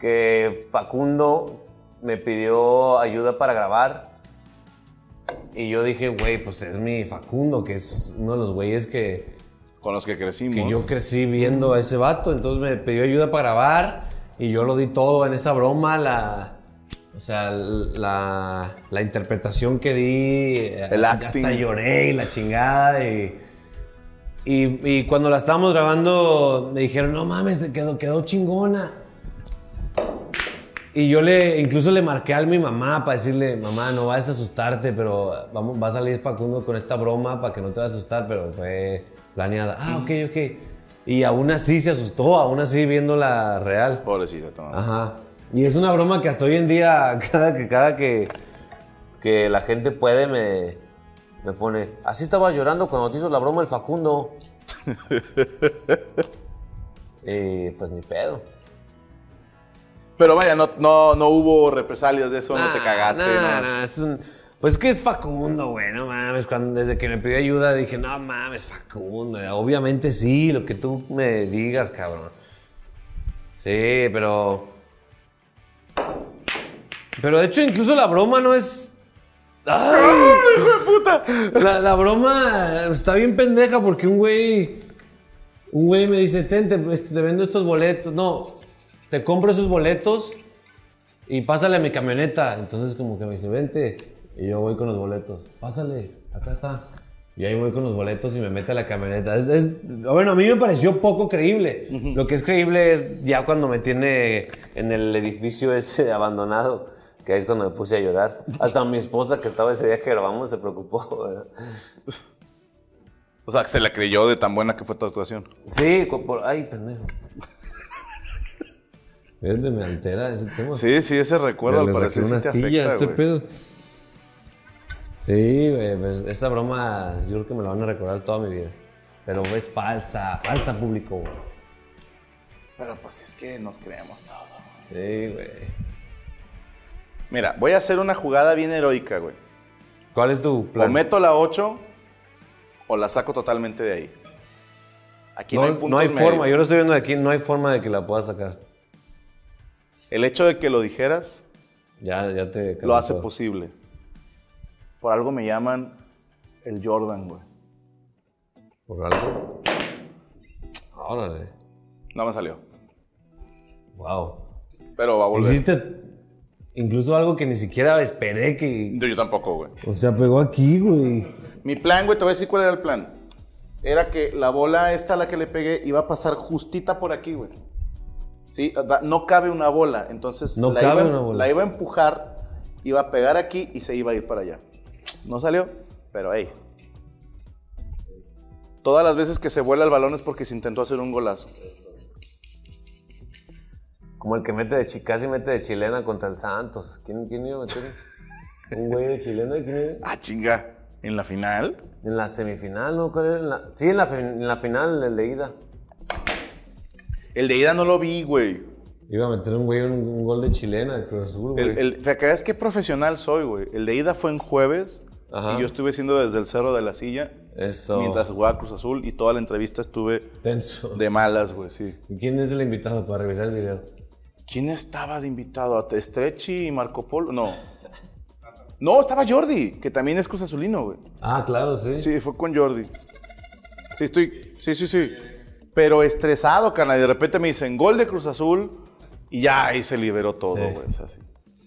Que Facundo me pidió ayuda para grabar. Y yo dije, güey, pues es mi Facundo, que es uno de los güeyes que, Con los que crecimos. que yo crecí viendo a ese vato. Entonces me pidió ayuda para grabar. Y yo lo di todo en esa broma. La, o sea, la, la interpretación que di. eh, El Hasta acting. lloré y la chingada. Y, y- y cuando la estábamos grabando, me dijeron, no mames, te quedó, quedó chingona. Y yo le, incluso le marqué a mi mamá para decirle, mamá, no vas a asustarte, pero vamos, va a salir Facundo con esta broma para que no te vas a asustar, pero fue planeada. Ah, ok, ok. Y aún así se asustó, aún así viendo la real. Pobrecita, tu mamá. Ajá. Y es una broma que hasta hoy en día, cada que, cada que, que la gente puede, me, me pone. Así estabas llorando cuando te hizo la broma el Facundo. y pues ni pedo. Pero vaya, no, no, no hubo represalias de eso, no te Nah, cagaste. nah, no. nah, es un- Pues es que es Facundo, güey, no mames. Cuando, desde que me pidió ayuda dije, no mames, Facundo. Obviamente sí, lo que tú me digas, cabrón. Sí, pero. Pero de hecho, incluso la broma no es. ¡Ay! La, la broma está bien pendeja porque un güey. Un güey me dice, ten, te, este, te vendo estos boletos. No, te compro esos boletos y pásale a mi camioneta. Entonces como que me dice, vente. Y yo voy con los boletos. Pásale, acá está. Y ahí voy con los boletos y me mete a la camioneta. Es, es- bueno, a mí me pareció poco creíble. Lo que es creíble es ya cuando me tiene en el edificio ese abandonado, que ahí es cuando me puse a llorar. Hasta mi esposa que estaba ese día que grabamos se preocupó. ¿verdad? O sea, que se la creyó de tan buena que fue tu actuación. Sí, cu- por, ay, pendejo. Verde, me altera ese tema. Sí, sí, ese recuerdo al Le saqué parecer sí una te astilla a afecta, este güey. pedo. Sí, güey, pues esa broma yo creo que me la van a recordar toda mi vida. Pero es falsa, falsa público, güey. Pero pues es que nos creemos todo. Sí, güey. Mira, voy a hacer una jugada bien heroica, güey. ¿Cuál es tu O plan? meto la 8 o la saco totalmente de ahí. Aquí no, hay no, puntos no hay medios. forma, yo lo estoy viendo aquí, no hay forma de que la puedas sacar. El hecho de que lo dijeras Ya, ya te. lo hace calentó. posible. Por algo me llaman el Jordan, güey. Por algo. Órale. No me salió. Wow. Pero va a volver. Hiciste incluso algo que ni siquiera esperé que. Yo, yo tampoco, güey. O sea, pegó aquí, güey. Mi plan, güey, te voy a decir cuál era el plan. Era que la bola esta a la que le pegué iba a pasar justita por aquí, güey. Sí, da- no cabe una bola. Entonces No la, cabe iba, una bola. la iba a empujar, iba a pegar aquí y se iba a ir para allá. No salió, pero hey. Todas las veces que se vuela el balón es porque se intentó hacer un golazo. Como el que mete de chi- casi mete de chilena contra el Santos. ¿Quién, quién iba a meter? ¿Un güey de chilena? ¿Quién iba? Ah, chinga. En la final, En la semifinal, ¿no? ¿Cuál era? En la- Sí, en la, fin- en la final, el de ida. el de ida no lo vi, güey. Iba a meter un güey un, un gol de chilena, el Cruz Azul, güey. El, el, ¿Te acuerdas qué profesional soy, güey? El de ida fue en jueves Ajá. y yo estuve haciendo desde el cerro de la silla Eso. mientras jugaba Cruz Azul y toda la entrevista estuve Tenso. de malas, güey, sí. ¿Y quién es el invitado para revisar el video? ¿Quién estaba de invitado? ¿A Estrechi y Marco Polo? No. No, estaba Jordi, que también es Cruz Azulino, güey. Ah, claro, sí. Sí, fue con Jordi. Sí, estoy. Sí, sí, sí. Pero estresado, carnal. Y de repente me dicen gol de Cruz Azul y ya ahí se liberó todo, Sí. güey. Es así.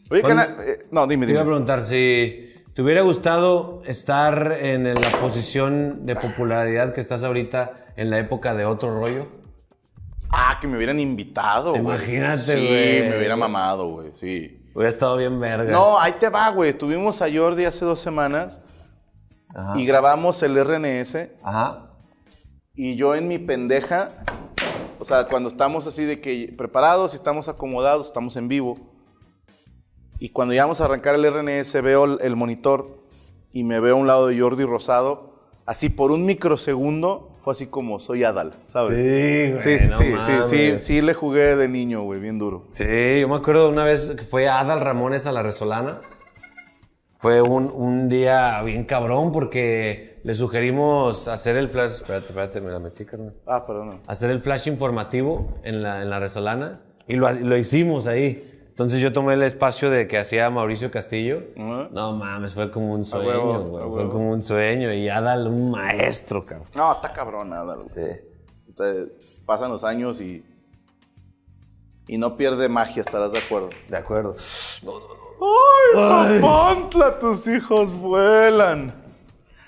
Oye, ¿Cuándo- carnal. eh, no, dime, Te iba a dime. preguntar si te hubiera gustado estar en la posición de popularidad que estás ahorita en la época de otro rollo. Ah, que me hubieran invitado, güey. Imagínate, Sí, güey. Eh. me hubiera mamado, güey. Sí. Hubiera estado bien verga. No, ahí te va, güey. Estuvimos a Jordi hace dos semanas Ajá. y grabamos el RNS Ajá. y yo en mi pendeja, o sea, cuando estamos así de que preparados, estamos acomodados, estamos en vivo. Y cuando ya vamos a arrancar el RNS, veo el, el monitor y me veo a un lado de Jordi Rosado. Así por un microsegundo fue así como soy Adal, ¿sabes? pues. Sí, güey. sí, sí, no sí, sí, sí, mames. sí le jugué de niño, güey, bien duro. Sí, yo me acuerdo una vez que fue Adal Ramones a la Resolana. Fue un, un día bien cabrón porque le sugerimos hacer el flash. Espérate, espérate, me la metí, carnal. Ah, perdón. Hacer el flash informativo en la, en la Resolana y lo, ha- lo hicimos ahí. Entonces yo tomé el espacio de que hacía Mauricio Castillo. Ujú. No mames, fue como un sueño, huevo, güey, a Fue huevo. como un sueño. Y Adal, un maestro, cabrón. No, está cabrón, Adal. güey. Sí. Está- pasan los años y, y no pierde magia, estarás de acuerdo. De acuerdo. ¡Ay, papantla! Tus hijos vuelan.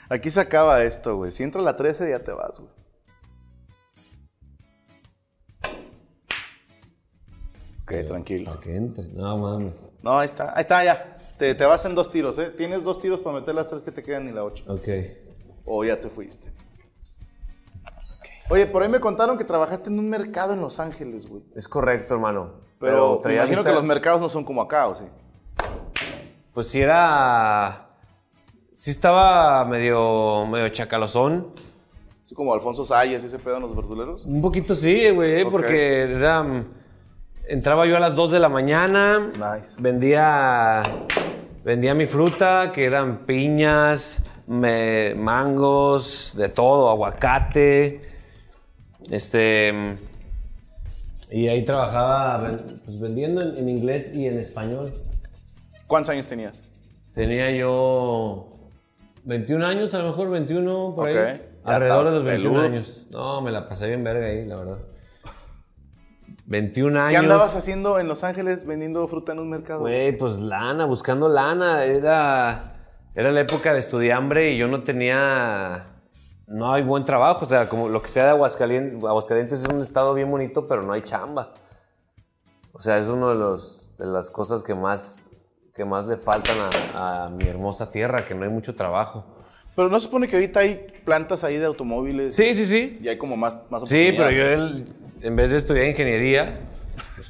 Aquí se acaba esto, güey. Si entra la 13, ya te vas, güey. Ok, tranquilo. Para que entre. No mames. No, ahí está, ahí está, ya. Te, te vas en dos tiros, ¿eh? Tienes dos tiros para meter las tres que te quedan y la ocho. Ok. O ya te fuiste. Oye, por ahí me contaron que trabajaste en un mercado en Los Ángeles, güey. Es correcto, hermano. Pero, me traía imagino lista- que los mercados no son como acá, ¿o sí? Pues sí era. Sí estaba medio. medio chacalozón. Es como Alfonso Sayas, ese pedo en los verduleros. Un poquito sí, güey, Ok. porque era. mm, Entraba yo a las 2 de la mañana. Nice. Vendía. Vendía mi fruta, que eran piñas, me- mangos, de todo, aguacate. Este. mm, Y ahí trabajaba ven- pues, vendiendo en- en inglés y en español. ¿Cuántos años tenías? Tenía yo 21 años, a lo mejor 21, por Ok. ahí. Ya Alrededor de estabas los 21 peludo. años. No, me la pasé bien verga ahí, la verdad. 21 años. ¿Qué andabas haciendo en Los Ángeles vendiendo fruta en un mercado? Güey, pues lana, buscando lana. Era, era la época de estudiambre y yo no tenía. No hay buen trabajo. O sea, como lo que sea de Aguascalientes, Aguascalientes es un estado bien bonito, pero no hay chamba. O sea, es una de, los- de las cosas que más, que más le faltan a, a mi hermosa tierra, que no hay mucho trabajo. Pero no se supone que ahorita hay plantas ahí de automóviles Sí, sí, sí. y hay como más, más Sí, pero yo oportunidad. el- en vez de estudiar ingeniería, pues,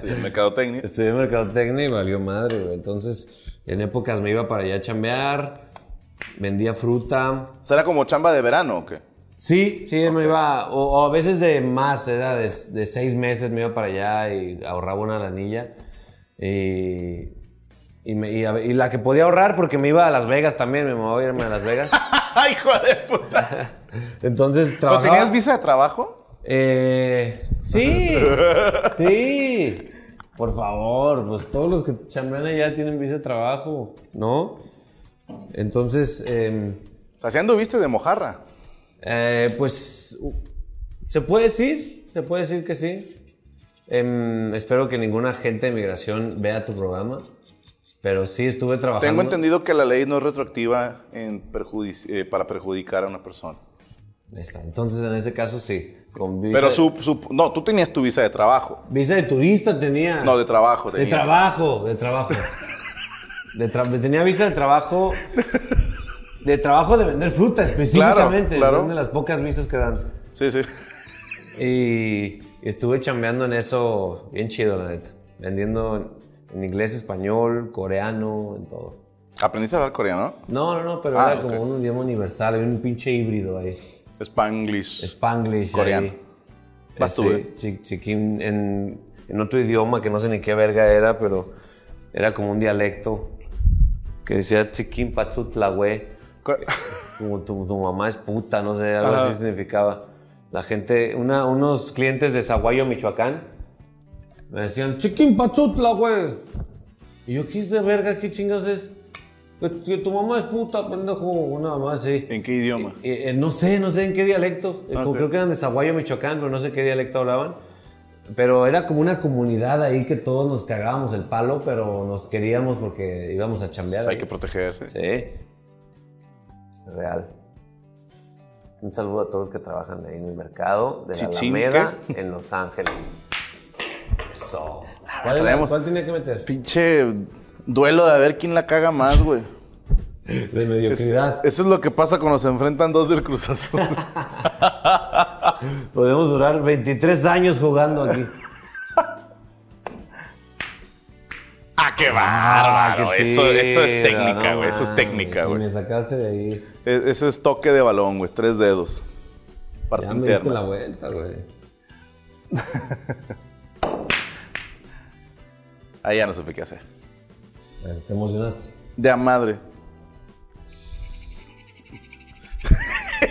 Sí, el mercado técnico. Estudié mercadotecnia y valió madre, güey. Entonces, en épocas me iba para allá a chambear, vendía fruta. O sea, era como chamba de verano, ¿o qué? Sí, sí, me iba, o, o a veces de más, era de, de seis meses me iba para allá y ahorraba una lanilla. Y, Y, me- y a- y la que podía ahorrar porque me iba a Las Vegas también, me movía a irme a Las Vegas. Hijo de puta. Entonces ¿Pero trabajaba. tenías visa de trabajo? Eh, sí, sí. Por favor, pues todos los que chambean allá tienen visa de trabajo, ¿no? Entonces, em, O sea, si anduviste de mojarra. eh, pues, u- se puede decir, se puede decir que sí. Em, espero que ninguna agente de migración vea tu programa, pero sí estuve trabajando. Tengo entendido que la ley no es retroactiva en perjudici- eh, para perjudicar a una persona. Ahí está. Entonces, en ese caso, sí. Con visa, Pero su, su- No, tú tenías tu visa de trabajo. visa de turista tenía. No, de trabajo. De tenías. trabajo, de trabajo. De tra- tenía visa de trabajo. De trabajo de vender fruta específicamente. claro. Son de las pocas visas que dan. Sí, sí. Y estuve chambeando en eso bien chido, la neta. Vendiendo en, en inglés, español, coreano, en todo. ¿Aprendiste a hablar coreano? No, no, no, pero Ah, era ok. como un idioma universal, había un pinche híbrido ahí. Spanglish. Spanglish. Coreano. ahí. Vas tú, eh. Ese, güey. chi- chiquín en, en otro idioma que no sé ni qué verga era, pero era como un dialecto que decía chiquín patzutla, güey. Co- Como tu, tu mamá es puta, no sé, algo Ajá. así significaba. La gente, una- unos clientes de Zaguayo, Michoacán, me decían chiquín patzutla, güey. Y yo, ¿qué es de verga? ¿Qué chingados es? Que, que tu mamá es puta, pendejo. Una mamá así. ¿En qué idioma? Eh, eh, no sé, no sé en qué dialecto. Eh, Ah, como ok. Creo que eran de Zaguayo, Michoacán, pero no sé qué dialecto hablaban. Pero era como una comunidad ahí que todos nos cagábamos el palo, pero nos queríamos porque íbamos a chambear. O sea, Pues hay ahí. que protegerse. Sí. Real. Un saludo a todos los que trabajan ahí en el mercado de la Chichín, Alameda en Los Ángeles. Eso. ¿Cuál, era- Ah, traemos- cuál tenía que meter? Pinche duelo de a ver quién la caga más, güey. De Es- mediocridad. eso es lo que pasa cuando se enfrentan dos del Cruz Azul. Podemos durar 23 años jugando aquí. ¡Ah, qué Bárbaro, bárbaro! Eso, eso es técnica, güey. Eso es técnica, güey. Me sacaste de ahí. E- Eso es toque de balón, güey. Tres dedos. Parte Ya me diste interna. la vuelta, güey. Ahí ya no supe qué hacer. Eh, Te emocionaste. De a madre.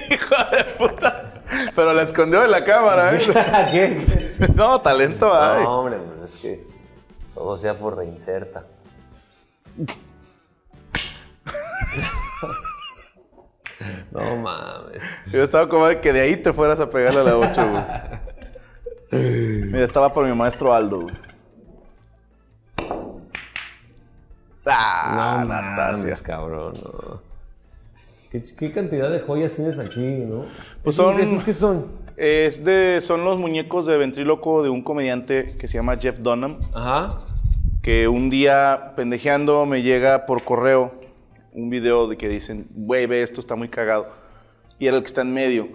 Hijo de puta. Pero la escondió de la cámara, ¿eh? ¿Qué? No, talento hay. No, hombre, pues es que todo sea por reinserta. No mames. Yo estaba como de que de ahí te fueras a pegarle a la 8, güey. Mira, estaba por mi maestro Aldo, güey. Ah, no Anastasia. mames, cabrón. no. ¿Qué, ch- qué cantidad de joyas tienes aquí, no? Pues ¿Esos- son- esos ¿Qué son? Es de, son los muñecos de ventríloco de un comediante que se llama Jeff Dunham, Ajá. que un día pendejeando me llega por correo un video de que dicen, güey, ve esto, está muy cagado. Y era el que está en medio.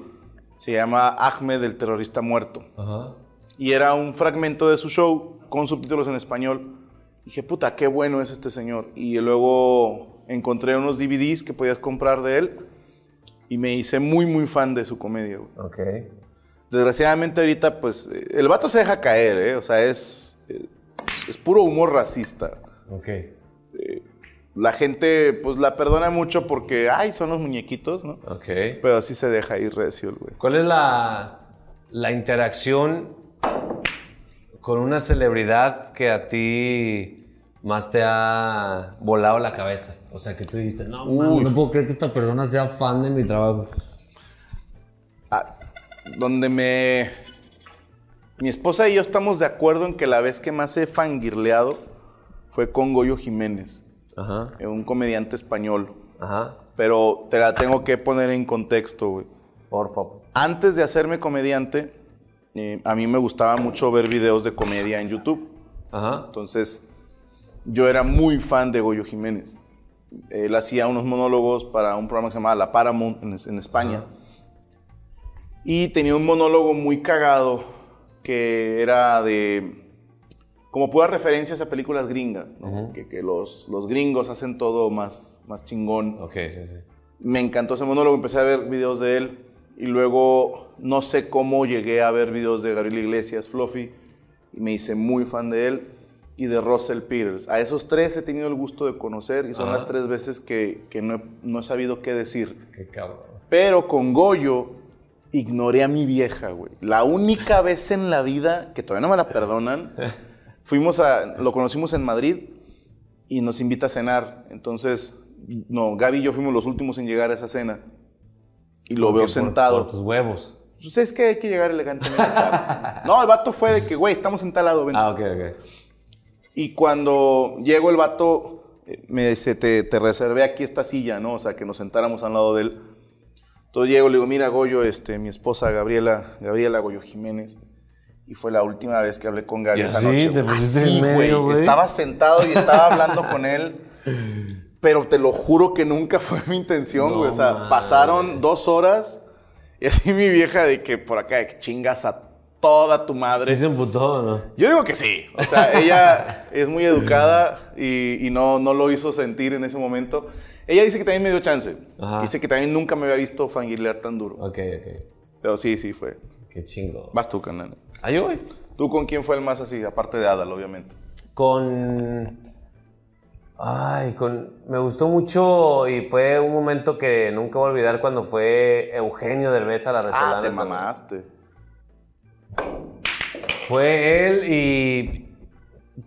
Se llama Ahmed, el terrorista muerto. Ajá. y era un fragmento de su show con subtítulos en español. Dije, puta, qué bueno es este señor. Y luego encontré unos DVDs que podías comprar de él y me hice muy, muy fan de su comedia. güey. Ok. Desgraciadamente ahorita, pues, eh, el vato se deja caer, ¿eh? O sea, es, eh, es puro humor racista. Ok. La gente, pues, la perdona mucho porque, ay, son los muñequitos, ¿no? Ok. Pero así se deja ir recio el güey. ¿Cuál es la, la interacción con una celebridad que a ti más te ha volado la cabeza? O sea, que tú dijiste, no, mames, Uy. no puedo creer que esta persona sea fan de mi trabajo. Ah, donde me. Mi esposa y yo estamos de acuerdo en que la vez que más he fangirleado fue con Goyo Jiménez, Ajá, eh, un comediante español. ajá. Pero te la tengo que poner en contexto, güey. Por favor. Antes de hacerme comediante, eh, a mí me gustaba mucho ver videos de comedia en YouTube. Ajá. Entonces, yo era muy fan de Goyo Jiménez. Él hacía unos monólogos para un programa que se llamaba La Paramount en, en España. Y tenía un monólogo muy cagado que era de. Como puras referencias a películas gringas, ¿no? que, que los, los gringos hacen todo más, más chingón. Ok, sí, sí. Me encantó ese monólogo, empecé a ver videos de él y luego no sé cómo llegué a ver videos de Gabriel Iglesias, Fluffy, y me hice muy fan de él. y de Russell Peters. A esos tres he tenido el gusto de conocer y son Ajá. las tres veces que, que no, he, no he sabido qué decir. Qué cabrón. Pero con Goyo ignoré a mi vieja, güey. La única vez en la vida, que todavía no me la perdonan, fuimos a, lo conocimos en Madrid y nos invita a cenar. Entonces, no, Gaby y yo fuimos los últimos en llegar a esa cena. Y lo Porque veo por- sentado. Por tus huevos. Pues es que hay que llegar elegantemente. tarde. No, el vato fue de que, güey, estamos en tal lado, vente. Ah, ok, ok. Y cuando llego el vato, eh, me dice, te, te reservé aquí esta silla, ¿no? O sea, que nos sentáramos al lado de él. Entonces llego, le digo, mira, Goyo, este, mi esposa Gabriela, Gabriela Goyo Jiménez. Y fue la última vez que hablé con Gaby ¿Y esa así? noche. ¿Te güey. pusiste Así, en medio, güey? Estaba sentado y estaba hablando con él. Pero te lo juro que nunca fue mi intención, No güey. O sea, mames. pasaron dos horas y así mi vieja de que por acá de que chingas a toda tu madre. Sí se emputó, o ¿no? Yo digo que sí. O sea, ella es muy educada y, y no, no lo hizo sentir en ese momento. Ella dice que también me dio chance. Ajá. Dice que también nunca me había visto fanguilear tan duro. Ok, ok. Pero sí, sí fue. Qué chingo. Vas tú, canal. Ah, yo voy. ¿Tú con quién fue el más así? Aparte de Adal, obviamente. Con. Ay, con. Me gustó mucho y fue un momento que nunca voy a olvidar cuando fue Eugenio Derbez a la Resolana. Ah, te mamaste. Fue él y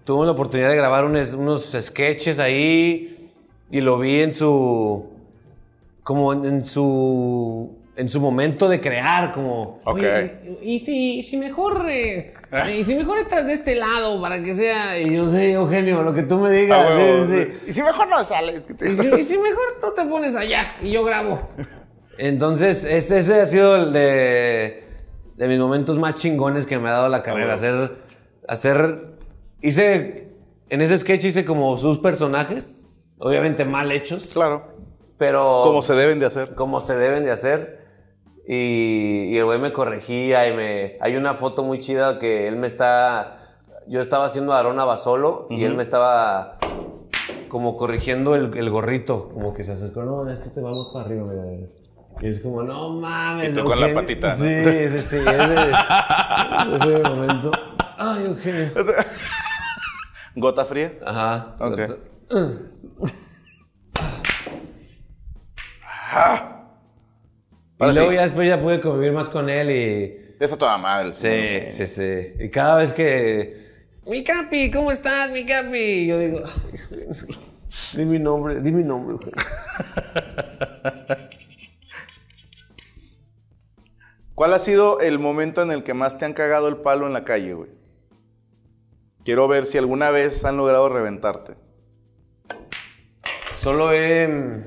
tuve la oportunidad de grabar unos, unos sketches ahí y lo vi en su. como en, en su. en su momento de crear, como. Ok. Ah. Oye, y si, y si mejor, eh, y si mejor estás de este lado para que sea. Y yo sé, Eugenio, lo que tú me digas. Ah, huevo, sí, sí, sí. Y si mejor no sales. que te- Y si, y si mejor tú te pones allá y yo grabo. Entonces, ese, ese ha sido el de, de mis momentos más chingones que me ha dado la carrera. Hacer, hacer, hice, en ese sketch hice como sus personajes, obviamente mal hechos, Claro. pero Como se deben de hacer. como se deben de hacer. Y, y el güey me corregía y me... Hay una foto muy chida que él me está... Yo estaba haciendo a Arona Basolo y él me estaba como corrigiendo el, el gorrito. Como que se acercó, no, es que te vamos para arriba, mira, mira". Y es como, no mames. Y tú con la Eugenio". patita, ¿no? Sí, sí, sí. Ese, ese fue el momento. Ay, Eugenio. Gota fría. Ajá. Ok. Y Ahora luego sí. ya después ya pude convivir más con él y... Esa toda madre. Sí, sí, sí. Y cada vez que. Mi Capi, ¿cómo estás, mi Capi? Yo digo. "Ay, güey, Di mi nombre, di mi nombre, güey". ¿Cuál ha sido el momento en el que más te han cagado el palo en la calle, güey? Quiero ver si alguna vez han logrado reventarte. Solo he.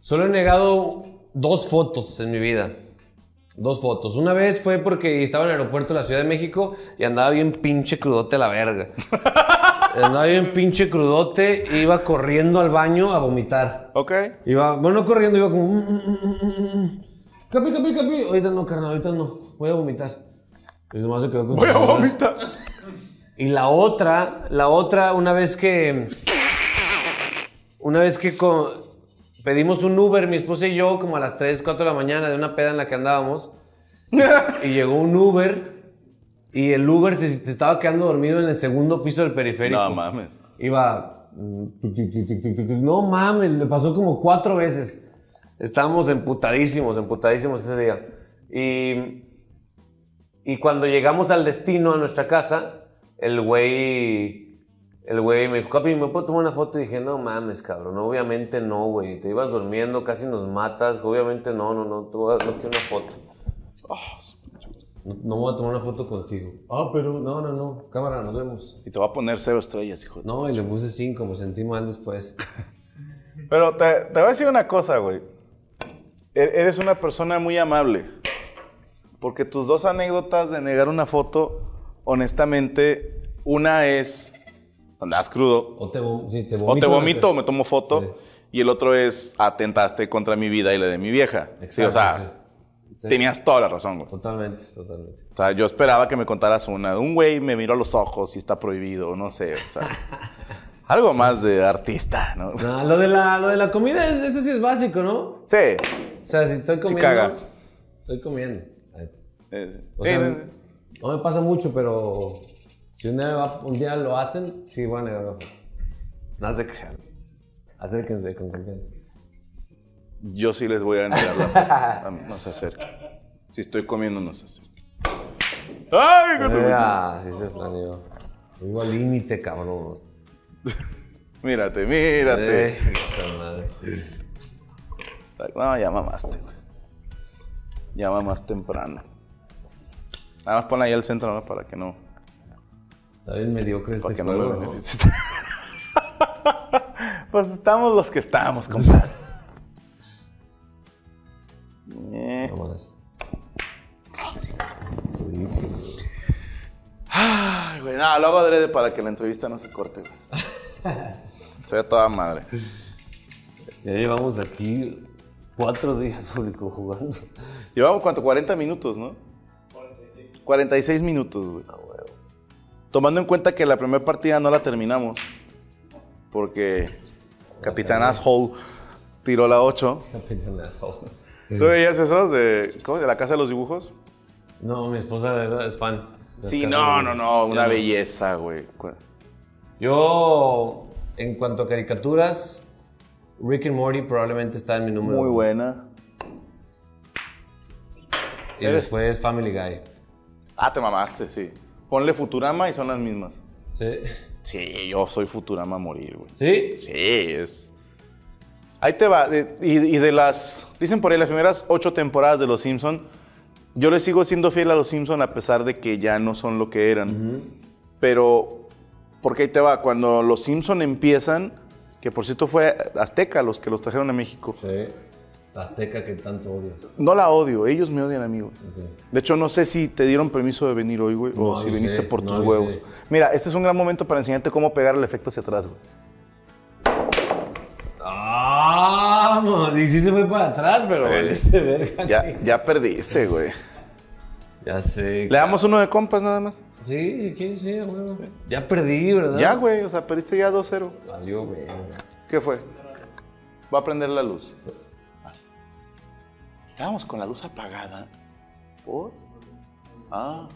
Solo he negado dos fotos en mi vida. Dos fotos. Una vez fue porque estaba en el aeropuerto de la Ciudad de México y andaba bien pinche crudote a la verga. andaba bien pinche crudote, iba corriendo al baño a vomitar. ¿Ok? Iba, bueno, no corriendo, iba como. "Mm, mm, mm, mm, mm, mm". Capi, capi, capi. Ahorita no, carnal, ahorita no. Voy a vomitar. Y nomás se quedó con Voy a su celular. vomitar. Y la otra, la otra, una vez que. Una vez que co- pedimos un Uber, mi esposa y yo, como a las 3, 4 de la mañana, de una peda en la que andábamos. y llegó un Uber. Y el Uber se, se estaba quedando dormido en el segundo piso del periférico. No mames. Iba. mm, tic, tic, tic, tic, tic, tic, tic. No mames, le pasó como cuatro veces. Estábamos emputadísimos, emputadísimos ese día. Y, y cuando llegamos al destino, a nuestra casa, el güey. El güey me dijo, Capi, ¿me puedo tomar una foto? Y dije, no mames, cabrón, obviamente no, güey. Te ibas durmiendo, casi nos matas. Obviamente no, no, no, tú, no quiero una foto. Ah, No, no voy a tomar una foto contigo. Ah, pero... No, no, no. Cámara, nos vemos. Y te va a poner cero estrellas, hijo. de- No, y le puse 5, me sentí mal después. Pero te, te voy a decir una cosa, güey. E- Eres una persona muy amable. Porque tus dos anécdotas de negar una foto, honestamente, una es andabas crudo, O te, vom- sí, te o vomito. te vomito o me tomo foto, Sí. y el otro es atentaste contra mi vida y la de mi vieja. Exacto, Sí, o sea, sí. Sí, tenías toda la razón, güey. Totalmente, totalmente. O sea, yo esperaba que me contaras una. Un güey me miró a los ojos y está prohibido, no sé. O sea, algo más de artista, ¿no? No, lo de la, lo de la comida, es- eso sí es básico, ¿no? Sí. O sea, si estoy comiendo. caga. Estoy comiendo. Ay, Eh, O eh, sea, eh, no me pasa mucho, pero Si un día, va- un día lo hacen, sí, bueno, yo lo No se crean. Acérquense con confianza. Yo sí les voy a negar la foto. A mí No se acerquen. Si estoy comiendo, no se acerquen. ¡Ay, qué te- Ah, sí se planeó. Vivo al límite, cabrón. Mírate, mírate. Eh, esa madre. No, ya mamaste. güey. Llama más temprano. Nada más pon ahí al centro ¿no? para que no, Está bien mediocre este para que no juego. me beneficie. pues estamos los que estamos, compadre. Eh, No más. Ay, güey, no, lo hago adrede para que la entrevista no se corte, güey. Se ve toda madre. Ya llevamos aquí cuatro días público jugando. Llevamos cuánto, 40 minutos, ¿no? 46. 46 minutos, güey. Tomando en cuenta que la primera partida no la terminamos. Porque Capitán Asshole tiró la 8. Capitán asshole. ¿Tú veías esos de, ¿cómo? de la Casa de los Dibujos? No, mi esposa de verdad es fan. Sí, Las no, casas- no, no, una Yo belleza, güey. Cu- Yo, en cuanto a caricaturas, Rick and Morty probablemente está en mi número. Muy uno. buena. Y Eres- después Family Guy. Ah, te mamaste, sí. Ponle Futurama y son las mismas. Sí. Sí, yo soy Futurama a morir, güey. ¿Sí? Sí, es. Ahí te va. de- Y, y de las. Dicen por ahí, las primeras ocho temporadas de Los Simpson. Yo le sigo siendo fiel a Los Simpson a pesar de que ya no son lo que eran. Pero. Porque ahí te va. Cuando Los Simpson empiezan. Que por cierto fue Azteca los que los trajeron a México. Sí. La Azteca que tanto odias. No la odio, ellos me odian a mí, güey. Ok. De hecho, no sé si te dieron permiso de venir hoy, güey, No o si avisé, viniste por tus no avisé. huevos. Mira, este es un gran momento para enseñarte cómo pegar el efecto hacia atrás, güey. ¡Vamos! Y sí se fue para atrás, pero Sí. valiste verga. Ya, ya perdiste, güey. Ya sé. Le damos uno de compas nada más. Sí, si quieres, sí, güey. Ya perdí, ¿verdad? Ya, güey, o sea, perdiste ya 2-0. Valió, verga. ¿Qué fue? Va a prender la luz. Vale. Estábamos con la luz apagada. ¿Por? Ah.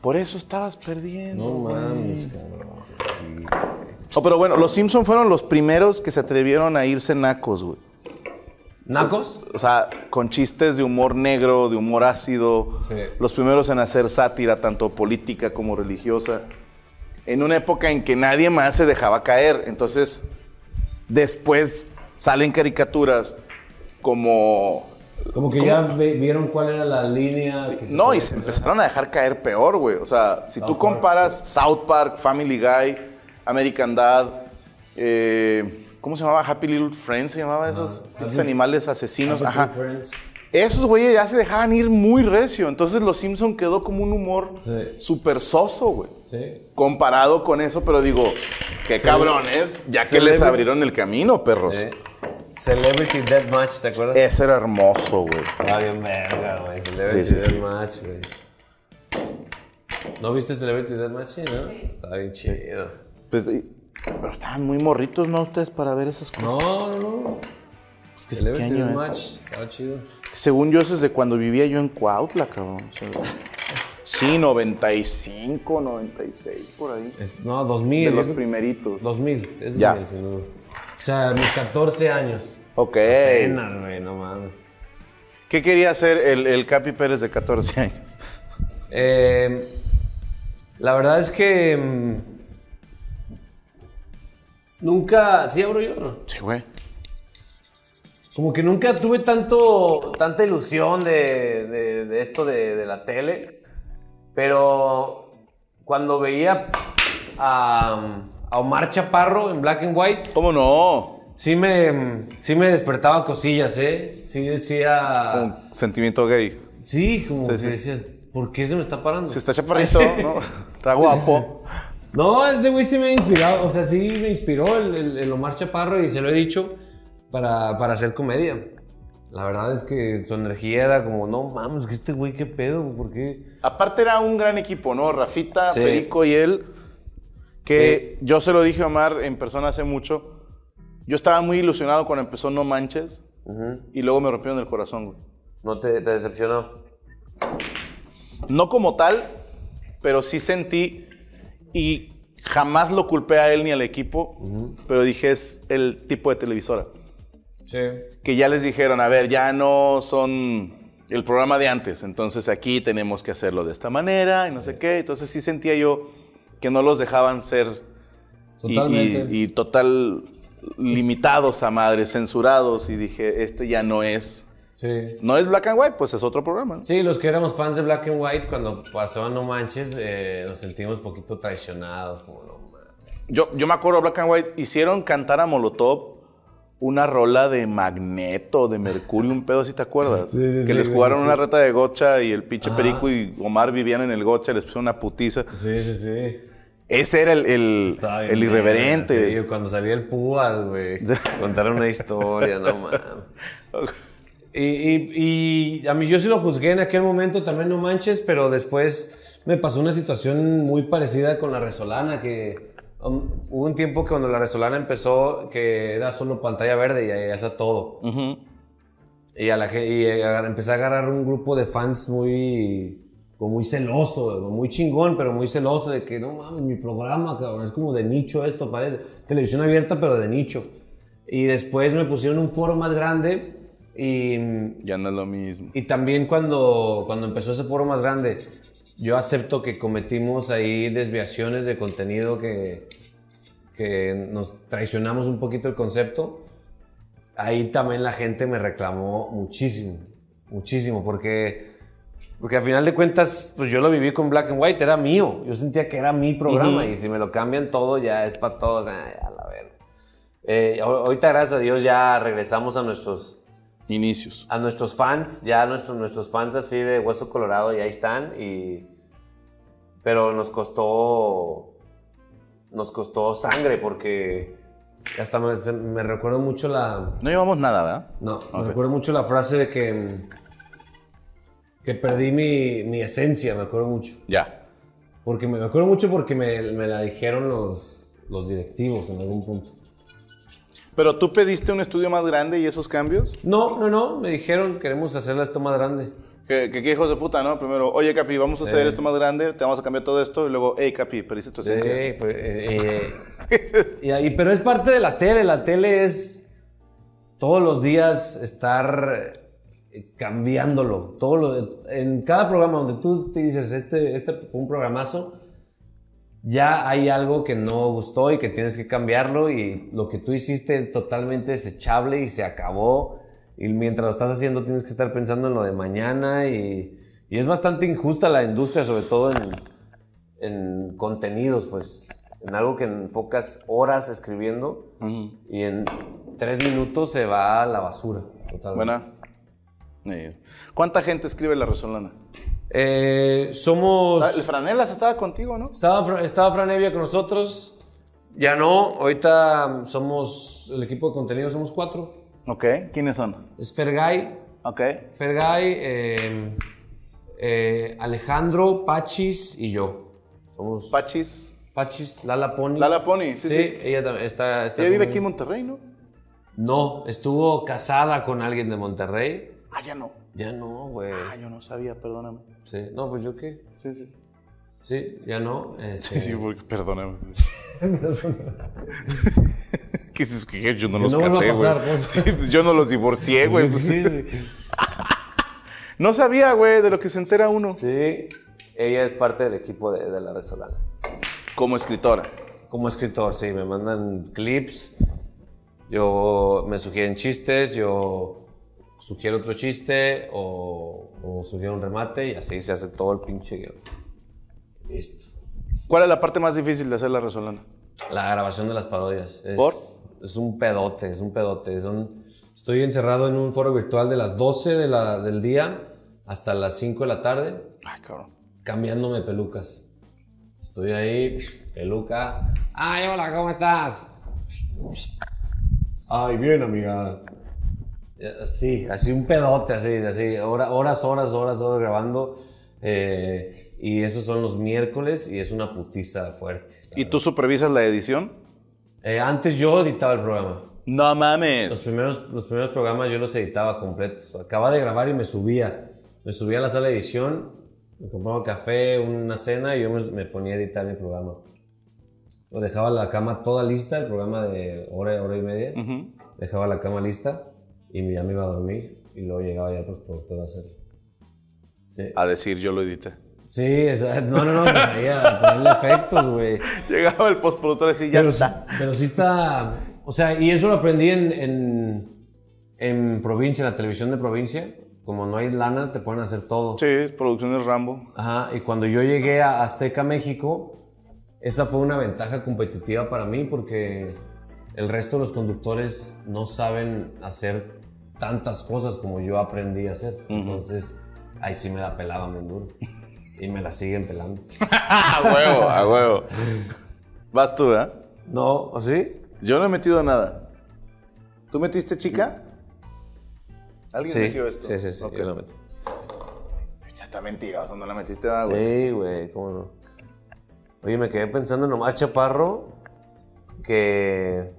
Por eso estabas perdiendo. No güey. mames, cabrón. Oh, pero bueno, los Simpson fueron los primeros que se atrevieron a irse nacos, güey. ¿Nacos? O sea, con chistes de humor negro, de humor ácido. Sí. Los primeros en hacer sátira, tanto política como religiosa. En una época en que nadie más se dejaba caer. Entonces, después salen caricaturas como... Como que ya ve- vieron cuál era la línea. que se No, podía y se hacer. empezaron a dejar caer peor, güey. O sea, si tú South Park. comparas South Park, Family Guy, American Dad, eh, ¿cómo se llamaba? Happy Little Friends, se llamaba esos, estos animales asesinos. Happy Ajá. Friends. Esos güeyes ya se dejaban ir muy recio. Entonces los Simpson quedó como un humor Sí. súper soso, güey. Sí. Comparado con eso, pero digo, qué cabrones, ya que les Celebrity. abrieron el camino, perros. Sí. Celebrity Deathmatch, ¿te acuerdas? Ese era hermoso, güey. Ah, bien verga, güey. Celebrity Sí, sí, sí. Deathmatch, güey. ¿No viste Celebrity Deathmatch? Sí, ¿no? Estaba bien chido. Pues, y- pero estaban muy morritos, ¿no? Ustedes para ver esas cosas. No, no, no. Celebrity año es? Deathmatch. Estaba chido. Según yo, eso es de cuando vivía yo en Cuautla, cabrón. O sea, sí, 95, 96, por ahí. Es- no, De 2000. los yo creo- primeritos. 2000. Es Ya. 2000, sin duda. O sea, mis 14 años. Ok. Pena, güey, no mames. ¿Qué quería hacer el, el Capi Pérez de 14 años? Eh, la verdad es que. mm, Nunca. ¿Sí abro yo? no? Sí, güey. Como que nunca tuve tanto, tanta ilusión de, de- de esto de, de la tele, pero cuando veía a, em, a Omar Chaparro en Black and White, ¿Cómo no? sí me, em, sí me despertaba cosillas, ¿eh? Sí decía... Un sentimiento gay. Sí, como Sí, que sí. decías, ¿por qué se me está parando? Se está chaparrito, ¿no? Está guapo. No, ese güey sí me ha inspirado, o sea, sí me inspiró el, el- el Omar Chaparro y se lo he dicho para, para hacer comedia. La verdad es que su energía era como, no mames, que este güey qué pedo, ¿por qué? Aparte era un gran equipo, ¿no? Rafita, Sí. Perico y él. Que yo se lo dije a Omar en persona hace mucho. Yo estaba muy ilusionado cuando empezó No Manches. Y luego me rompieron el corazón, güey. No te, te decepcionó. No como tal, pero sí sentí Y jamás lo culpé a él ni al equipo, pero dije es el tipo de televisora. Sí. Que ya les dijeron, a ver, ya no son el programa de antes, entonces aquí tenemos que hacerlo de esta manera y no sé qué. Entonces sí sentía yo que no los dejaban ser y- Totalmente. Y, y total limitados a madre, censurados. Y dije, este ya no es. Sí. No es Black and White, pues es otro programa. ¿no? Sí, los que éramos fans de Black and White, cuando pasó No Manches, eh, nos sentimos un poquito traicionados. Como, no, man. Yo, yo me acuerdo, Black and White hicieron cantar a Molotov una rola de Magneto, de Mercurio, un pedo, si te acuerdas. Sí, sí, que sí, les güey, jugaron sí. una reta de gocha y el pinche Perico y Omar vivían en el gocha, les pusieron una putiza. Sí, sí, sí. Ese era el, el- Estaba bien el irreverente. verga, sí, cuando salía el Púas, güey. Contaron una historia, no mames. Y, y- y a mí yo sí lo juzgué en aquel momento, también no manches, pero después me pasó una situación muy parecida con la Resolana, que um, hubo un tiempo que cuando la Resolana empezó, que era solo pantalla verde y ahí está todo. Y, a la, gen- y eh, agar- empecé a agarrar un grupo de fans muy, como muy celoso, como muy chingón, pero muy celoso de que no mames, mi programa, cabrón, es como de nicho esto, parece. Televisión abierta, pero de nicho. Y después me pusieron un foro más grande y mm, Ya no es lo mismo. y también cuando, cuando empezó ese foro más grande, yo acepto que cometimos ahí desviaciones de contenido que, que nos traicionamos un poquito el concepto. Ahí también la gente me reclamó muchísimo, muchísimo, porque, porque al final de cuentas, pues yo lo viví con Black and White, era mío, yo sentía que era mi programa y si me lo cambian todo ya es para todos, ah, ya la verga. Eh, ahor- ahorita gracias a Dios ya regresamos a nuestros Inicios. a nuestros fans, ya nuestros, nuestros fans así de Hueso Colorado, ya ahí están. Y, pero nos costó. Nos costó sangre porque. Hasta me, se- me recuerdo mucho la. No llevamos nada, ¿verdad? No, Ok. me recuerdo mucho la frase de que. mm, Que perdí mi, mi esencia, me acuerdo mucho. Ya. Porque me, me acuerdo mucho porque me, me la dijeron los, los directivos en algún punto. Pero tú pediste un estudio más grande y esos cambios. No, no, no, me dijeron queremos hacerla esto más grande. Que, que, que hijos de puta, ¿no? Primero, oye, Capi, vamos a hacer esto más grande, te vamos a cambiar todo esto. Y luego, hey, Capi, perdiste tu Sí, esencia. pues, eh, eh, y ahí- pero es parte de la tele. La tele es todos los días estar eh, cambiándolo. Todo lo- en cada programa donde tú te dices, este, este fue un programazo, ya hay algo que no gustó y que tienes que cambiarlo y lo que tú hiciste es totalmente desechable y se acabó. Y mientras lo estás haciendo tienes que estar pensando en lo de mañana y, y es bastante injusta la industria, sobre todo en, en contenidos, pues, en algo que enfocas horas escribiendo y en tres minutos se va a la basura. Totalmente. Buena. Eh, ¿Cuánta gente escribe la Resolana? Eh, somos... El Franelas estaba contigo, ¿no? Estaba, Fra- estaba Fran Evia con nosotros, ya no, ahorita somos, el equipo de contenido somos cuatro. Ok. ¿Quiénes son? Es Fergay, Ok. Fergay, eh, eh, Alejandro, Pachis y yo. Somos Pachis. Pachis, Lala Pony. Lala Pony, sí, sí. ella también está... está Ella vive conmigo. aquí en Monterrey, ¿no? No, estuvo casada con alguien de Monterrey. Ah, ya no. Ya no, güey. Ah, yo no sabía, perdóname. Sí, no, pues yo qué. Sí, sí. Sí, ya no. este, Sí, sí, porque, perdóname. ¿Qué es que yo no los no vuelva a casé, güey? pasar, pues. Sí, pues, yo no los divorcié, güey. pues. sí, sí. No sabía, güey, de lo que se entera uno. Sí, ella es parte del equipo de, de La Resolana. Como escritora. Como escritor, sí, me mandan clips, yo me sugieren chistes, yo sugiero otro chiste o, o sugiero un remate y así se hace todo el pinche guión. Listo. ¿Cuál es la parte más difícil de hacer la Resolana? La grabación de las parodias. Es, ¿Por? Es un pedote, es un pedote. es un- estoy encerrado en un foro virtual de las 12 de la- del día hasta las 5 de la tarde, Ay, cabrón. cambiándome pelucas. Estoy ahí, peluca. Ay, hola, ¿cómo estás? Ay, bien, amiga. Eh, Sí, así un pedote, así, así. hora- Horas, horas, horas, horas grabando. eh, y esos son los miércoles y es una putiza fuerte. ¿Y tú supervisas la edición? Eh, antes yo editaba el programa. No Los mames. primeros, los primeros programas yo los editaba completos. Acababa de grabar y me subía. Me subía a la sala de edición, me compraba café, una cena y yo me, me ponía a editar mi programa. o dejaba la cama toda lista, el programa de hora, hora y media. Dejaba la cama lista y ya me iba a dormir y luego llegaba ya pues productor a hacerlo. Sí, A decir, yo lo edité. sí esa- no, no, no, pues, ahí a ponerle efectos, güey. Llegaba el postproductor y decía, ya pero, está. sí- pero sí está. O sea, y eso lo aprendí en, en, en provincia, en la televisión de provincia. Como no hay lana, te pueden hacer todo. Sí, producciones Rambo. Ajá, y cuando yo llegué a Azteca, México, esa fue una ventaja competitiva para mí porque el resto de los conductores no saben hacer tantas cosas como yo aprendí a hacer. Entonces, ahí sí me la pelaban bien duro. Y me la siguen pelando. A huevo, a huevo. Vas tú, ¿verdad? ¿No? ¿O sí? Yo no he metido nada. ¿Tú metiste chica? ¿Alguien Sí, metió esto? sí, sí, sí, Ok. yo la metí. Ya está mentiroso, no la metiste nada, güey. Sí, güey, cómo no. Oye, me quedé pensando nomás, Chaparro, que.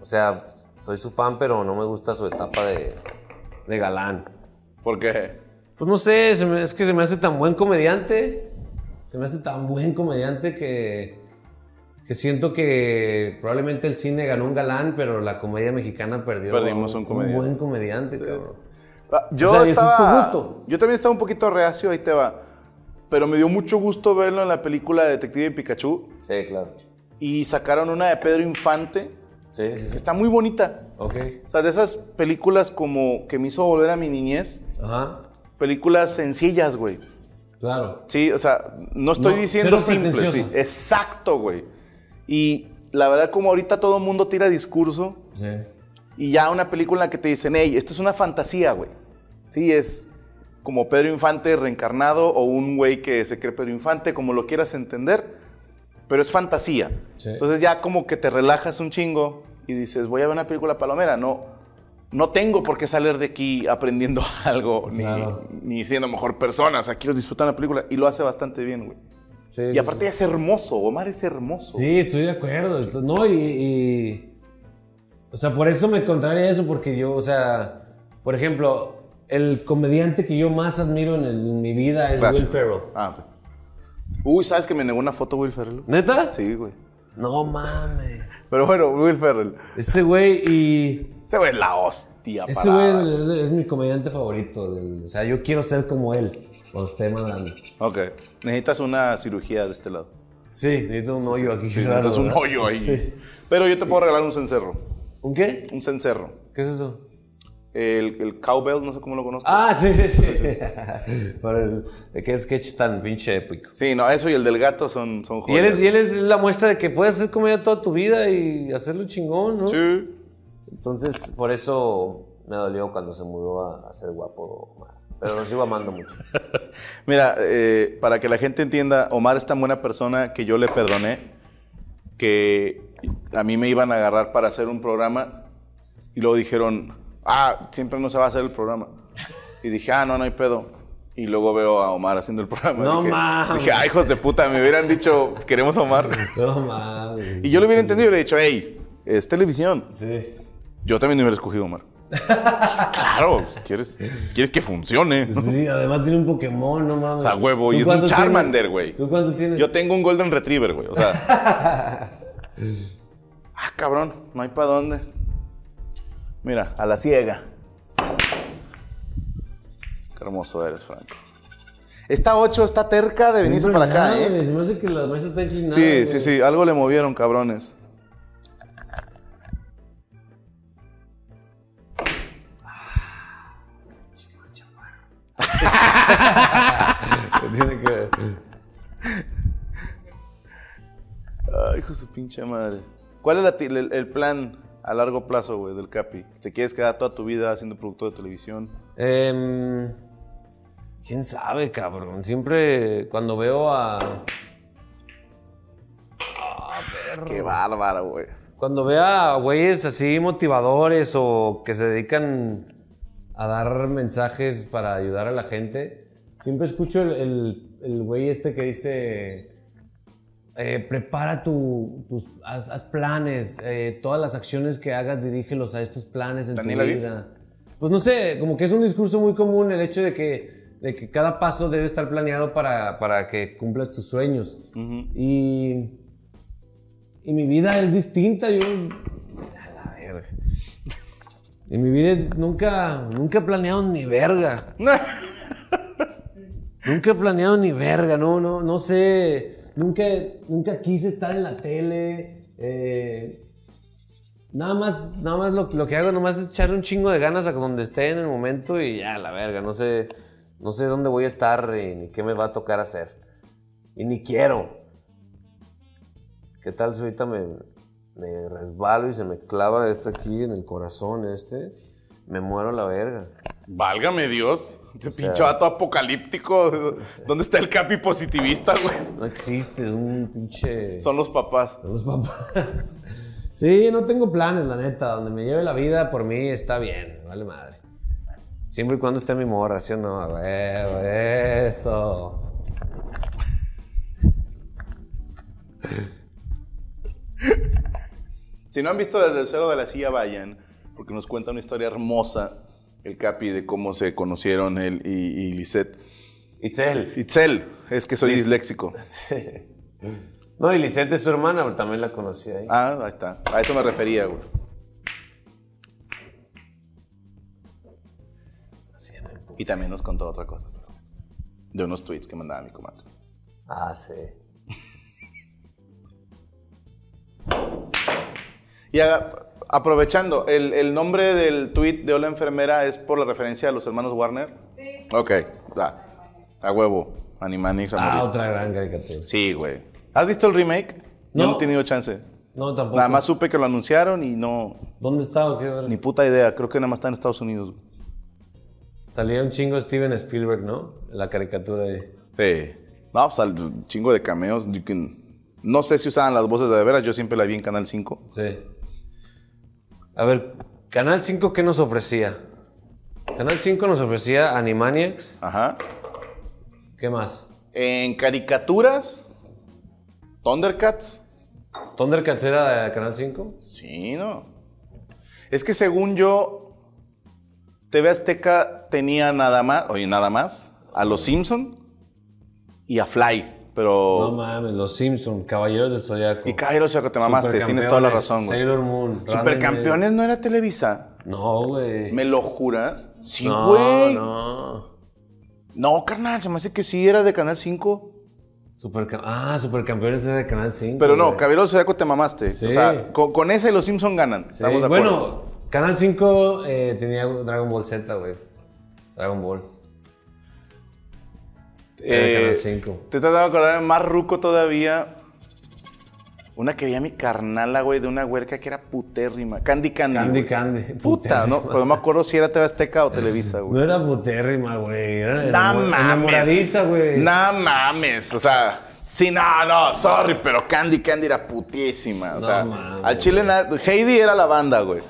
O sea, soy su fan, pero no me gusta su etapa de, de galán. ¿Por qué? Pues no sé, se me- es que se me hace tan buen comediante. Se me hace tan buen comediante que. Que siento que probablemente el cine ganó un galán, pero la comedia mexicana perdió. a Perdimos un comediante. buen comediante, cabrón. Ah, Yo O sea, y eso es estaba. su gusto. Yo también estaba un poquito reacio, ahí te va. Pero me dio mucho gusto verlo en la película de Detective Pikachu. Sí, claro. Y sacaron una de Pedro Infante, Sí, sí, que sí. está muy bonita. Ok. O sea, de esas películas como que me hizo volver a mi niñez. Ajá. Películas sencillas, güey. Claro. Sí, o sea, no estoy No, diciendo cero simple, sí. pretencioso. Exacto, güey. Y la verdad, como ahorita todo el mundo tira discurso, Sí. Y ya una película en la que te dicen, hey, esto es una fantasía, güey. Sí, es como Pedro Infante reencarnado o un güey que se cree Pedro Infante, como lo quieras entender, pero es fantasía. Sí. Entonces ya como que te relajas un chingo y dices, voy a ver una película palomera. No, no tengo por qué salir de aquí aprendiendo algo ni, Claro. ni siendo mejor persona. O sea, quiero disfrutar la película y lo hace bastante bien, güey. Sí, Y sí, aparte es hermoso, Omar es hermoso. sí. Sí, estoy de acuerdo. Esto- No, y, y- O sea, por eso me contraria eso, porque yo, o sea. Por ejemplo, el comediante que yo más admiro en, el- en mi vida es Gracias. Will Ferrell. Ah, ok. Uy, ¿sabes que me negó una foto Will Ferrell? ¿Neta? Sí, güey. No mames. Pero bueno, Will Ferrell. Ese güey y. Ese güey es la hostia, Ese güey parada. es, es mi comediante favorito. del- o sea, yo quiero ser como él. Cuando esté mandando. Ok. Necesitas una cirugía de este lado. Sí, necesito un hoyo aquí. raro, Necesitas un ¿verdad? hoyo ahí. Sí. Pero yo te puedo regalar un cencerro. ¿Un qué? Un cencerro. ¿Qué es eso? El, el cowbell, no sé cómo lo conozco. Ah, sí, sí, sí. Por el, de qué sketch tan pinche épico. Sí, no, eso y el del gato son, son Y él, joyas. es, y él es la muestra de que puedes hacer comedia toda tu vida y hacerlo chingón, ¿no? Sí. Entonces, por eso me dolió cuando se mudó a, a ser guapo. Omar. Pero lo sigo amando mucho. Mira, eh, para que la gente entienda, Omar es tan buena persona que yo le perdoné que a mí me iban a agarrar para hacer un programa y luego dijeron, ah, siempre no se va a hacer el programa. Y dije, ah, no, no hay pedo. Y luego veo a Omar haciendo el programa. No dije, mames. Dije, ah, hijos de puta, me hubieran dicho, queremos a Omar. No mames. Y yo lo hubiera entendido y le hubiera dicho, hey, es televisión. Sí. Yo también hubiera escogido a Omar. claro, pues, quieres, quieres que funcione. Sí, además tiene un Pokémon, no mames. O sea, huevo, y ¿Tú es un cuántos Charmander, tienes? güey. ¿Tú cuántos tienes? Yo tengo un Golden Retriever, güey. O sea. ah, cabrón. No hay para dónde. Mira, a la ciega. Qué hermoso eres, Franco. Esta 8 está terca de venirse Siempre para nada, acá, ¿eh? güey, Se me hace que la mesa está inclinada. Sí, güey. sí, sí. Algo le movieron, cabrones. Tiene que ver. Ay, hijo de su pinche madre. ¿Cuál es la ti- el, el plan a largo plazo, güey, del Capi? ¿Te quieres quedar toda tu vida siendo productor de televisión? Em, ¿Quién sabe, cabrón? Siempre cuando veo a... Qué bárbaro, güey. Cuando vea güeyes así motivadores o que se dedican a dar mensajes para ayudar a la gente, siempre escucho el, el- el güey este que dice, eh, prepara tu, tus, haz, haz planes, eh, todas las acciones que hagas dirígelos a estos planes en ¿Daniel tu Aviv? vida. Pues no sé, como que es un discurso muy común el hecho de que, de que cada paso debe estar planeado para, para que cumplas tus sueños. Y... Y mi vida es distinta. Yo. A la verga. Y mi vida es. Nunca, nunca he planeado ni verga. Nunca he planeado ni verga, no, no, no sé. Nunca, nunca quise estar en la tele. eh, nada más, nada más lo, lo que hago nomás es echarle un chingo de ganas a donde esté en el momento y ya, la verga, no sé, no sé dónde voy a estar y ni qué me va a tocar hacer. Y ni quiero. ¿Qué tal si ahorita me, me resbalo y se me clava este aquí en el corazón este? Me muero a la verga. Válgame Dios. Este pinche vato apocalíptico. ¿Dónde está el capi positivista, güey? No existe, es un pinche... Son los papás. Los papás. Sí, no tengo planes, la neta. Donde me lleve la vida, por mí está bien. Vale madre. Siempre y cuando esté mi morra, ¿sí o no? A huevo, eso. Si no han visto desde el cero de la silla, vayan, porque nos cuenta una historia hermosa el Capi de cómo se conocieron él y, y Lisette. Itzel. Itzel, es que soy disléxico. No, y Lisette es su hermana, pero también la conocí ahí. Ah, ahí está. A eso me refería, güey. Sí, me empu- Y también nos contó otra cosa, pero de unos tweets que mandaba mi comadre. Ah, sí. Y haga- aprovechando, el, el nombre del tweet de Hola Enfermera es por la referencia a los hermanos Warner. Sí. Ok, va. A huevo. Animaniacs a Ah, morir. otra gran caricatura. Sí, güey. ¿Has visto el remake? Yo No. no he tenido chance. No, tampoco. Nada más supe que lo anunciaron y no. ¿Dónde estaba? ¿Qué hora? Ni puta idea. Creo que nada más está en Estados Unidos. güey. Salía un chingo Steven Spielberg, ¿no? La caricatura de... Sí. No, pues al chingo de cameos. You can- No sé si usaban las voces de de veras. Yo siempre la vi en Canal 5. Sí. A ver, Canal 5, ¿qué nos ofrecía? Canal 5 nos ofrecía Animaniacs. Ajá. ¿Qué más? En caricaturas. Thundercats. ¿Thundercats era de Canal 5? Sí, no. Es que según yo, TV Azteca tenía nada más, oye, nada más, a Los Simpson y a Fly, No pero... mames, Los Simpsons, Caballeros del Zodiaco. Oh. y Cairo, o sea, que te mamaste, tienes toda la razón, güey. Sailor Moon. Ranma y Supercampeones no era Televisa, Medio. No, güey. ¿me lo juras? Sí, No, güey. No, no. carnal, se me hace que sí era de Canal 5. Supercam- ah, Supercampeones era de Canal 5. Pero no, güey. Caballero del Zodiaco te mamaste. Sí. O sea, con, con esa y los Simpson ganan. Sí, Estamos de acuerdo. Bueno, Canal 5 eh, tenía Dragon Ball Z, güey. Dragon Ball. Era de Eh, Canal 5. Te tratando de acordar más ruco todavía. Una que vi a mi carnala, güey, de una huerca que era putérrima. Candy Candy. Candy güey. Candy. Puta, ¿no? Pero no me acuerdo si era TV Azteca o Televisa, güey. No era putérrima, güey. Era No enamor- mames. enamoradiza, güey. No mames. O sea, sí, no, no, sorry, pero Candy Candy era putísima. O No sea, mames, al chile, na- Heidi era la banda, güey.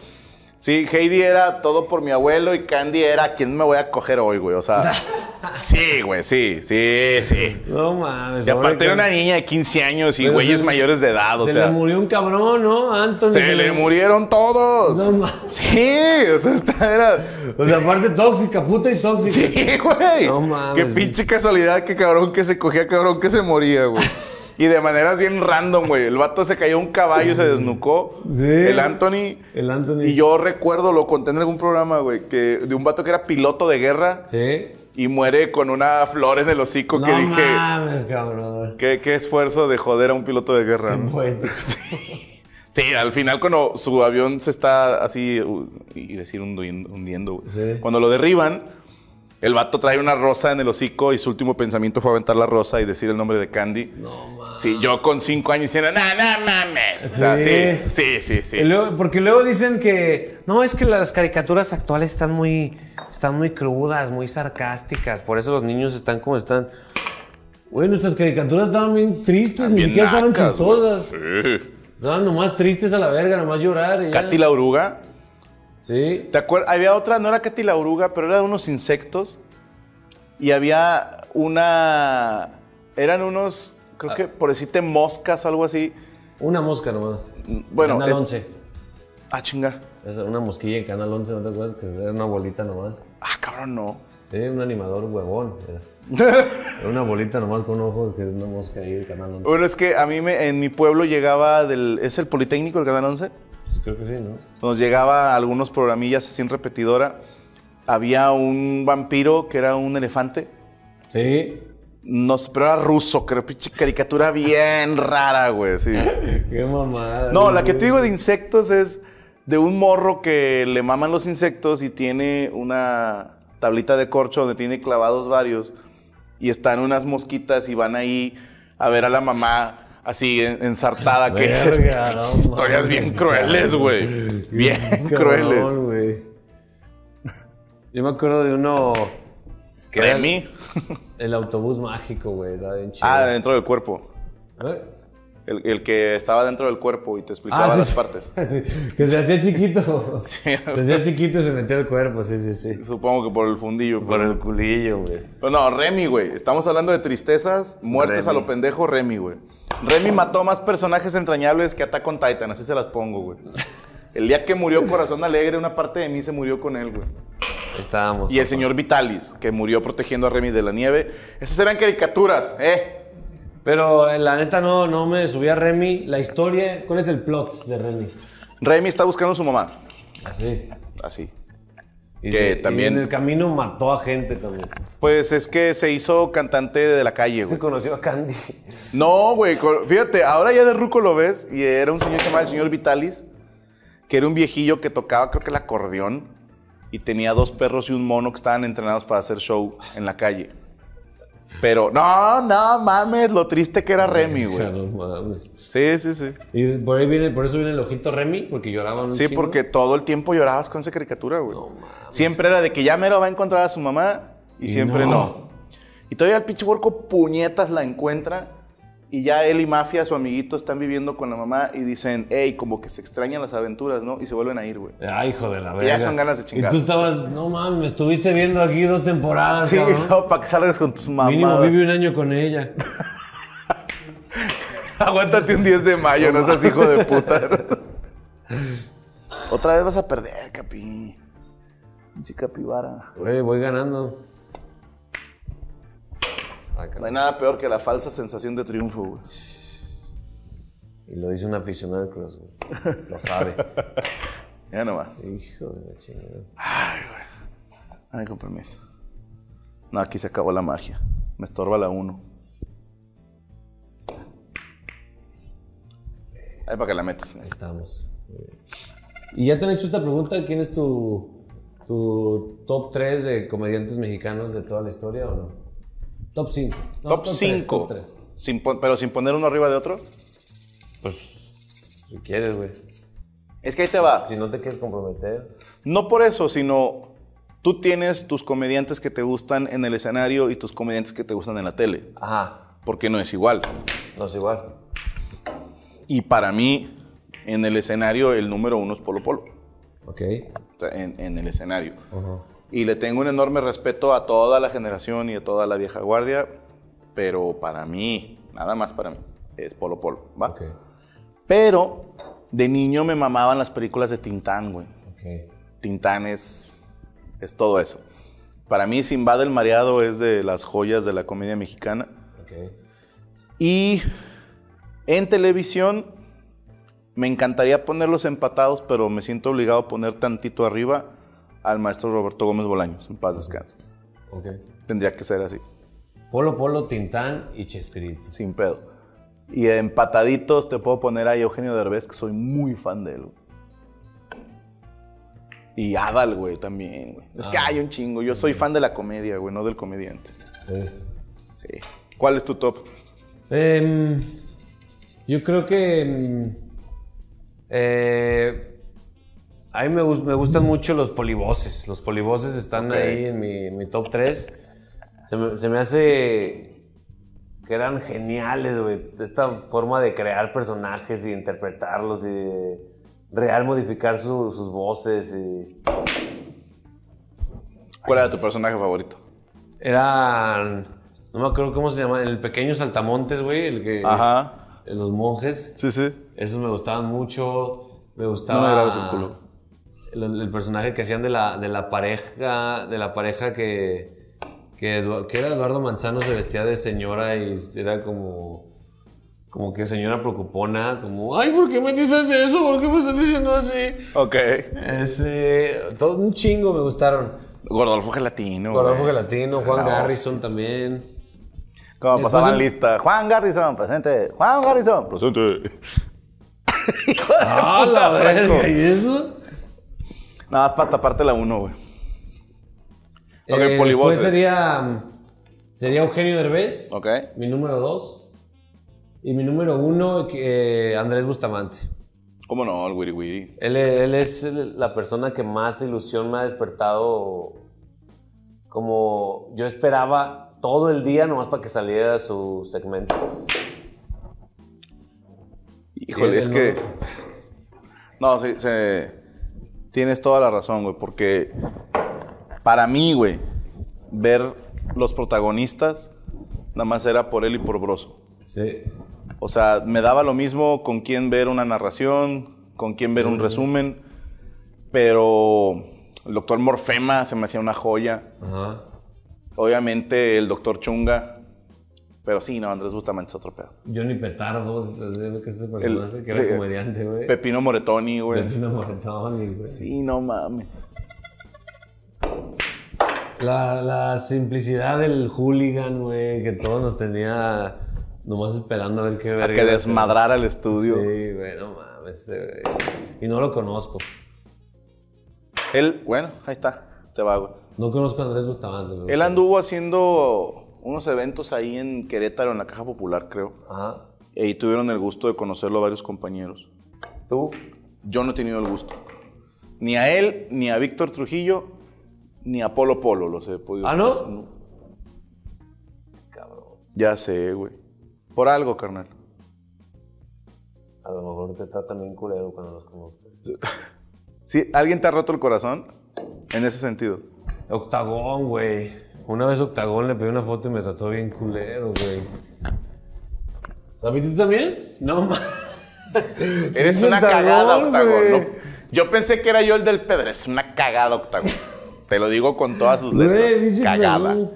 Sí, Heidi era todo por mi abuelo y Candy era quién me voy a coger hoy, güey. O sea, sí, güey, sí, sí, sí. No mames. Y aparte pobre era una Candy. niña de 15 años y Pero güeyes se- mayores de edad, o Se sea. le murió un cabrón, ¿no? Anthony. se le murieron todos. No mames. Sí, o sea, esta era. O sea, aparte tóxica, puta y tóxica. Sí, güey. No mames, Qué güey. pinche casualidad que cabrón que se cogía, cabrón que se moría, güey. Y de maneras bien random, güey. El vato se cayó un caballo y se desnucó. Sí. El Anthony. El Anthony. Y yo recuerdo, lo conté en algún programa, güey, que de un vato que era piloto de guerra Sí. y muere con una flor en el hocico No que dije. mames, cabrón. Qué, qué esfuerzo de joder a un piloto de guerra, ¿no? Poético. Sí, al final cuando su avión se está así, u- y decir hundiendo, hundiendo güey. Sí. cuando lo derriban, el vato trae una rosa en el hocico y su último pensamiento fue aventar la rosa y decir el nombre de Candy. No mames. Sí, yo con cinco años diciendo, no, no mames. O sea, sí, sí, sí, sí. Y luego- porque luego dicen que no es que las caricaturas actuales están muy están muy crudas, muy sarcásticas, por eso los niños están como están. Güey, nuestras caricaturas estaban bien tristes, ni Bien siquiera estaban nacas, güey. chistosas. Sí. Estaban nomás tristes a la verga, nomás llorar. y ya. Katy la oruga. Sí. ¿Te acuerdas? Había otra, no era Katy la oruga, pero era de unos insectos. Y había una. Eran unos, Ah. creo que por decirte moscas o algo así. Una mosca nomás. Bueno, Canal es- 11. Ah, chinga. Es una mosquilla en Canal 11, ¿no te acuerdas? Que era una bolita nomás. Ah, cabrón, ¿no? Sí, un animador huevón. Era, Era una bolita nomás con ojos que es una mosca ahí del canal 11. Bueno, es que a mí me- en mi pueblo llegaba del. ¿Es el Politécnico, el Canal 11? Pues creo que sí, ¿no? Nos llegaba algunos programillas así en repetidora. Había un vampiro que era un elefante. Sí. No sé, pero era ruso, creo, pinche caricatura bien rara, güey, sí. Qué mamada. No, la güey. que te digo de insectos es de un morro que le maman los insectos y tiene una tablita de corcho donde tiene clavados varios y están unas mosquitas y van ahí a ver a la mamá así en- ensartada que Verga, no historias mames, bien crueles, güey. Qué Bien cabrón, crueles. güey. Yo me acuerdo de uno. que era Remy. El, el autobús mágico, güey. Estaba bien chido. Ah, dentro del cuerpo. ¿Eh? El, el que estaba dentro del cuerpo y te explicaba Ah, sí, las sí. partes. Sí, Que se hacía chiquito. Sí. Se hacía chiquito y se metía el cuerpo, sí, sí, sí. Supongo que por el fundillo. Por pero- el culillo, güey. Pero no, Remy, güey. Estamos hablando de tristezas, muertes a Remy. lo pendejo, Remy, güey. Remy mató más personajes entrañables que Attack on Titan, así se las pongo, güey. El día que murió Corazón Alegre, una parte de mí se murió con él, güey. Estábamos. Y el señor Vitalis, que murió protegiendo a Remy de la nieve. Esas eran caricaturas, ¿eh? Pero eh, la neta no, no me subí a Remy. La historia, ¿cuál es el plot de Remy? Remy está buscando a su mamá, Así. así. Y Que se- y también- en el camino mató a gente también. Pues es que se hizo cantante de la calle, Se güey. conoció a Candy. No, güey, co- fíjate, ahora ya de ruco lo ves y era un señor llamado el señor Vitalis, que era un viejillo que tocaba creo que el acordeón y tenía dos perros y un mono que estaban entrenados para hacer show en la calle. Pero no, no mames, lo triste que era Remy, O sea, güey. no mames. Sí, sí, sí. Y por ahí viene, por eso viene el ojito Remy, porque lloraban un Sí, chingo. porque todo el tiempo llorabas con esa caricatura, güey. siempre era de que ya mero va a encontrar a su mamá y, Y siempre no. no. Y todavía el pinche huerco puñetas la encuentra y ya él y Mafia, su amiguito, están viviendo con la mamá y dicen, hey, como que se extrañan las aventuras, ¿no? Y se vuelven a ir, güey. Ay, hijo de la verga. Ya son ganas de chingar. Y tú estabas, no mames, me estuviste viendo aquí dos temporadas, Ah, cabrón. para que salgas con tus Mínimo vive un año con ella. Aguántate un 10 de mayo, no seas hijo de puta. Otra vez vas a perder, Capi. Pinche capibara. Güey, voy ganando. Ah, No cabrón. hay nada peor que la falsa sensación de triunfo, güey. Y lo dice un aficionado al Cruz, güey. Lo sabe. Ya nomás. Hijo de la chingada. Ay, con permiso. No, aquí se acabó la magia. Me estorba la 1. Ahí para que la metas. Ahí estamos. Muy bien. Y ya te han hecho esta pregunta, ¿quién es tu, tu top 3 de comediantes mexicanos de toda la historia o no? Top 5. top 5. pero sin poner uno arriba de otro. Pues, Si quieres, güey. Es que ahí te va. Si no te quieres comprometer. No por eso, sino tú tienes tus comediantes que te gustan en el escenario y tus comediantes que te gustan en la tele. Ajá, Porque no es igual. no es igual. Y para mí, en el escenario, el número uno es Polo Polo. Ok. O sea, en, en el escenario. Y le tengo un enorme respeto a toda la generación y a toda la vieja guardia, pero para mí, nada más para mí, es Polo Polo, ¿va? Ok. Pero de niño me mamaban las películas de Tintán, güey. Ok. Tintán es, es todo eso. Para mí, Sinbad el Mareado es de las joyas de la comedia mexicana. Ok. Y en televisión me encantaría ponerlos empatados, pero me siento obligado a poner tantito arriba al maestro Roberto Gómez Bolaños, en paz descanse. Ok. Tendría que ser así, Polo Polo, Tintán y Chespirito. sin pedo. Y empataditos te puedo poner a Eugenio Derbez, que soy muy fan de él. güey. Y Adal, güey, también, güey. Es que hay un chingo. Yo soy fan de la comedia, güey, no del comediante. Sí. Sí. ¿Cuál es tu top? Em, yo creo que. em, eh, a mí me, gus- me gustan mucho los polivoces. Los polivoces están ahí en mi, en mi top 3. Se me, se me hace que eran geniales, güey. Esta forma de crear personajes y interpretarlos y de real modificar su- sus voces. y- ¿Cuál era tu personaje favorito? Eran. No me acuerdo cómo se llama. El pequeño saltamontes, güey. El que. Ajá. Los monjes. Sí, sí. Esos me gustaban mucho. Me No me gustaba. grabes el culo. el, el personaje que hacían de la, de la pareja, de la pareja que, que, Edu- que era Eduardo Manzano, se vestía de señora y era como, como que señora preocupona, como, ay, ¿por qué me dices eso? ¿Por qué me estás diciendo así? Ok. Ese, todo un chingo me gustaron. Gordolfo Gelatino. Gordolfo güey. Gelatino, Juan La Garrison también. Como Después pasaban el- lista. Juan Garrison, presente. Juan Garrison, presente. ¡Ah, la verga! ¿Y eso? Nada más para taparte la uno, güey. Ok, Eh, polivoces. después sería, sería Eugenio Derbez. Ok. Mi número dos. Y mi número uno, que, eh, Andrés Bustamante. ¿Cómo no? El Wiri Wiri. Él, e, él es el- la persona que más ilusión me ha despertado. Como yo esperaba todo el día nomás para que saliera su segmento. Híjole, es el que. número- No, sí, se- tienes toda la razón, güey, porque para mí, güey, ver los protagonistas nada más era por él y por Broso. Sí. O sea, me daba lo mismo con quién ver una narración, con quién ver un resumen, pero el doctor Morfema se me hacía una joya. Ajá. Obviamente el doctor Chunga, pero sí, no, Andrés Bustamante es otro pedo. Johnny Petardo, que es ese personaje que era sí, comediante, güey. Pepino Moretoni, güey. Pepino Moretoni, güey. Sí, no mames. La, la simplicidad del hooligan, güey, que todos nos tenía nomás esperando a ver qué A verga. que iba a desmadrara el hacer. estudio. Sí, güey, no mames. ese güey. Y no lo conozco. Él, bueno, ahí está, te va, güey. No conozco a Andrés Bustamante, güey. Él anduvo haciendo unos eventos ahí en Querétaro, en la Caja Popular, creo. Ajá. Y ahí tuvieron el gusto de conocerlo varios compañeros. ¿Tú? Yo no he tenido el gusto. Ni a él, ni a Víctor Trujillo, ni a Polo Polo los he podido. ¿Ah, no? conocer, Ya sé, güey. Por algo, carnal. A lo mejor te tratan bien culero cuando los conoces. Sí, ¿Alguien te ha roto el corazón? En ese sentido. Octagón, güey. Una vez Octagón le pedí una foto y me trató bien culero, güey. ¿A mí tú también? No mames. Eres Pinche una Octagón, cagada, Octagón. güey. ¿no? Yo pensé que era yo el del Pedro. Es una cagada, Octagón. Te lo digo con todas sus letras. Güey, pinche cagada. Octagón.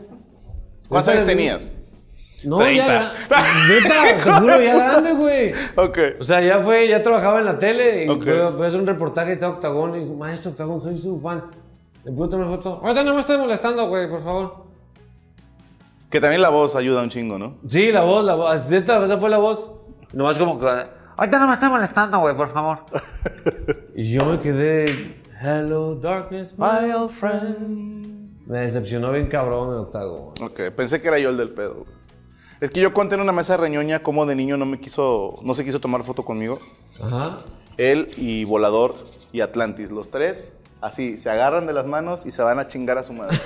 ¿Cuántos años Ahorita le- tenías? No, 30. ya. Neta, te juro, ya grande, güey. Ok. O sea, ya fue, ya trabajaba en la tele y Ok. fue, fue a hacer un reportaje, estaba Octagón y dijo, maestro Octagón, soy su fan. Le puedo tomar una foto. Ahorita no me estés molestando, güey, por favor. Que también la voz ayuda un chingo, ¿no? Sí, la voz, la voz, neta, esa fue la voz. Nomás como que, ahorita no me estés molestando, güey, por favor. y yo me quedé, hello darkness, my-". My old friend. Me decepcionó bien cabrón el Octagón. Ok, pensé que era yo el del pedo. güey. Es que yo conté en una mesa de reñoña cómo de niño no me quiso, no se quiso tomar foto conmigo. Ajá. Él y Volador y Atlantis, los tres, así, se agarran de las manos y se van a chingar a su madre.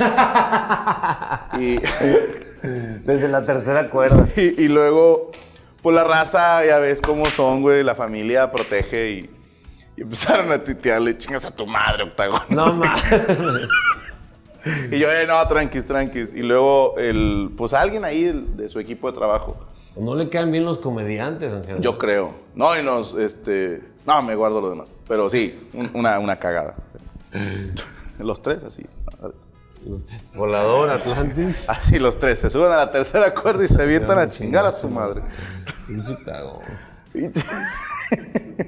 y, Desde la tercera cuerda. y- y luego, pues la raza, ya ves cómo son, güey, la familia protege y, y empezaron a tuitearle, chingas a tu madre, Octagón. No mames. Y yo, eh, no, tranquis, tranquis. Y luego, el, pues alguien ahí de su equipo de trabajo, No le caen bien los comediantes, Ángel. Yo creo. No, y nos, este. No, me guardo lo demás. Pero sí, un- una, una cagada. Los tres, así. Volador, Ah, Atlantis. Así los tres. Se suben a la tercera cuerda y se avientan a chingar a su madre. Pinche Octagón. Sí,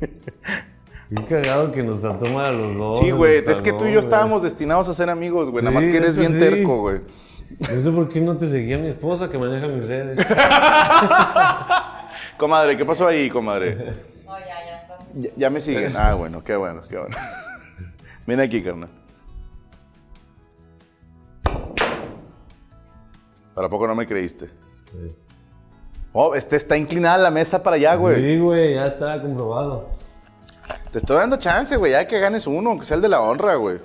Qué cagado que nos trató mal a los dos. el güey. Es que tú y yo Octagón, estábamos destinados a ser amigos, güey. Nada más Sí, que eres neta, bien sí. terco, güey. güey. No sé por qué no te seguía mi esposa que maneja mis redes. Comadre, ¿qué pasó ahí, comadre? No, ya, ya está. Ya, ya me siguen. Ah, bueno, qué bueno, qué bueno. Ven aquí, carnal. ¿Para poco no me creíste? Sí. Oh, este está inclinada la mesa para allá, güey. Sí, güey, ya está comprobado. Te estoy dando chance, güey. Ya que ganes uno, aunque sea el de la honra, güey.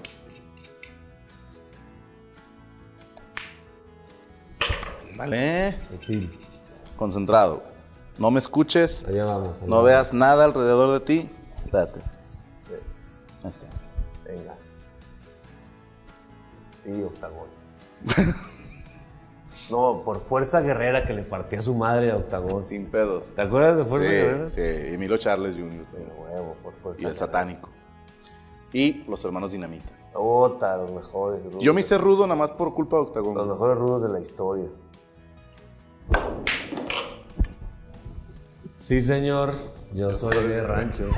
Dale. Sutil. Concentrado. No me escuches. Allá vamos. allá No vamos. veas nada alrededor de ti. Espérate. Ahí está. Venga. Tío, Octagón. no, por Fuerza Guerrera que le partía a su madre a Octagón. Sin pedos. ¿Te acuerdas de Fuerza Guerrera? Sí, sí. Emilio Charles Jr. De huevo, por Fuerza Y el Guerrera. satánico. y los hermanos Dinamita. Ota, los mejores. rudos. Yo me hice rudo nada más por culpa de Octagón. Los mejores rudos de la historia. Sí, señor. Yo soy de rancho.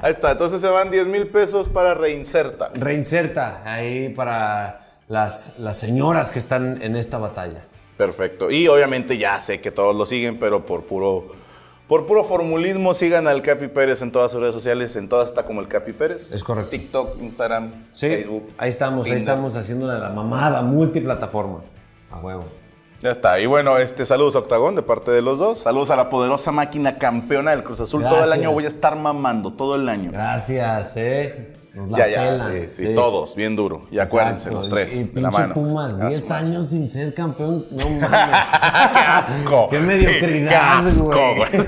Ahí está, entonces se van 10 mil pesos para reinserta. Reinserta ahí para las, las señoras que están en esta batalla. Perfecto. Y obviamente ya sé que todos lo siguen, pero por puro, por puro formulismo sigan al Capi Pérez en todas sus redes sociales. En todas está como el Capi Pérez. Es correcto. TikTok, Instagram, Sí, Facebook. ahí estamos, ahí Tinder. estamos haciendo la mamada multiplataforma. A huevo. Ya está. Y bueno, este, saludos a Octagón de parte de los dos. Saludos a la poderosa máquina campeona del Cruz Azul. Todo el Gracias. año voy a estar mamando, todo el año. Gracias, eh. Nos la Ya, ya, pelan, sí, sí, todos, bien duro. Y acuérdense, Exacto, los tres, Y, y de la pinche mano. Pumas, Ah, 10 su madre. años sin ser campeón. No mames. ¡Qué asco! Qué mediocridad, Sí, qué asco, güey.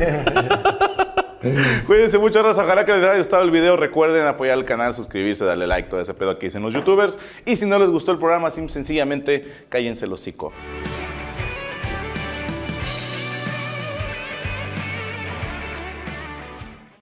güey. Cuídense mucho, raza. Ojalá que les haya gustado el video. Recuerden apoyar el canal, suscribirse, darle like, todo ese pedo que dicen los youtubers. Y si no les gustó el programa, sim- sencillamente cállense el hocico.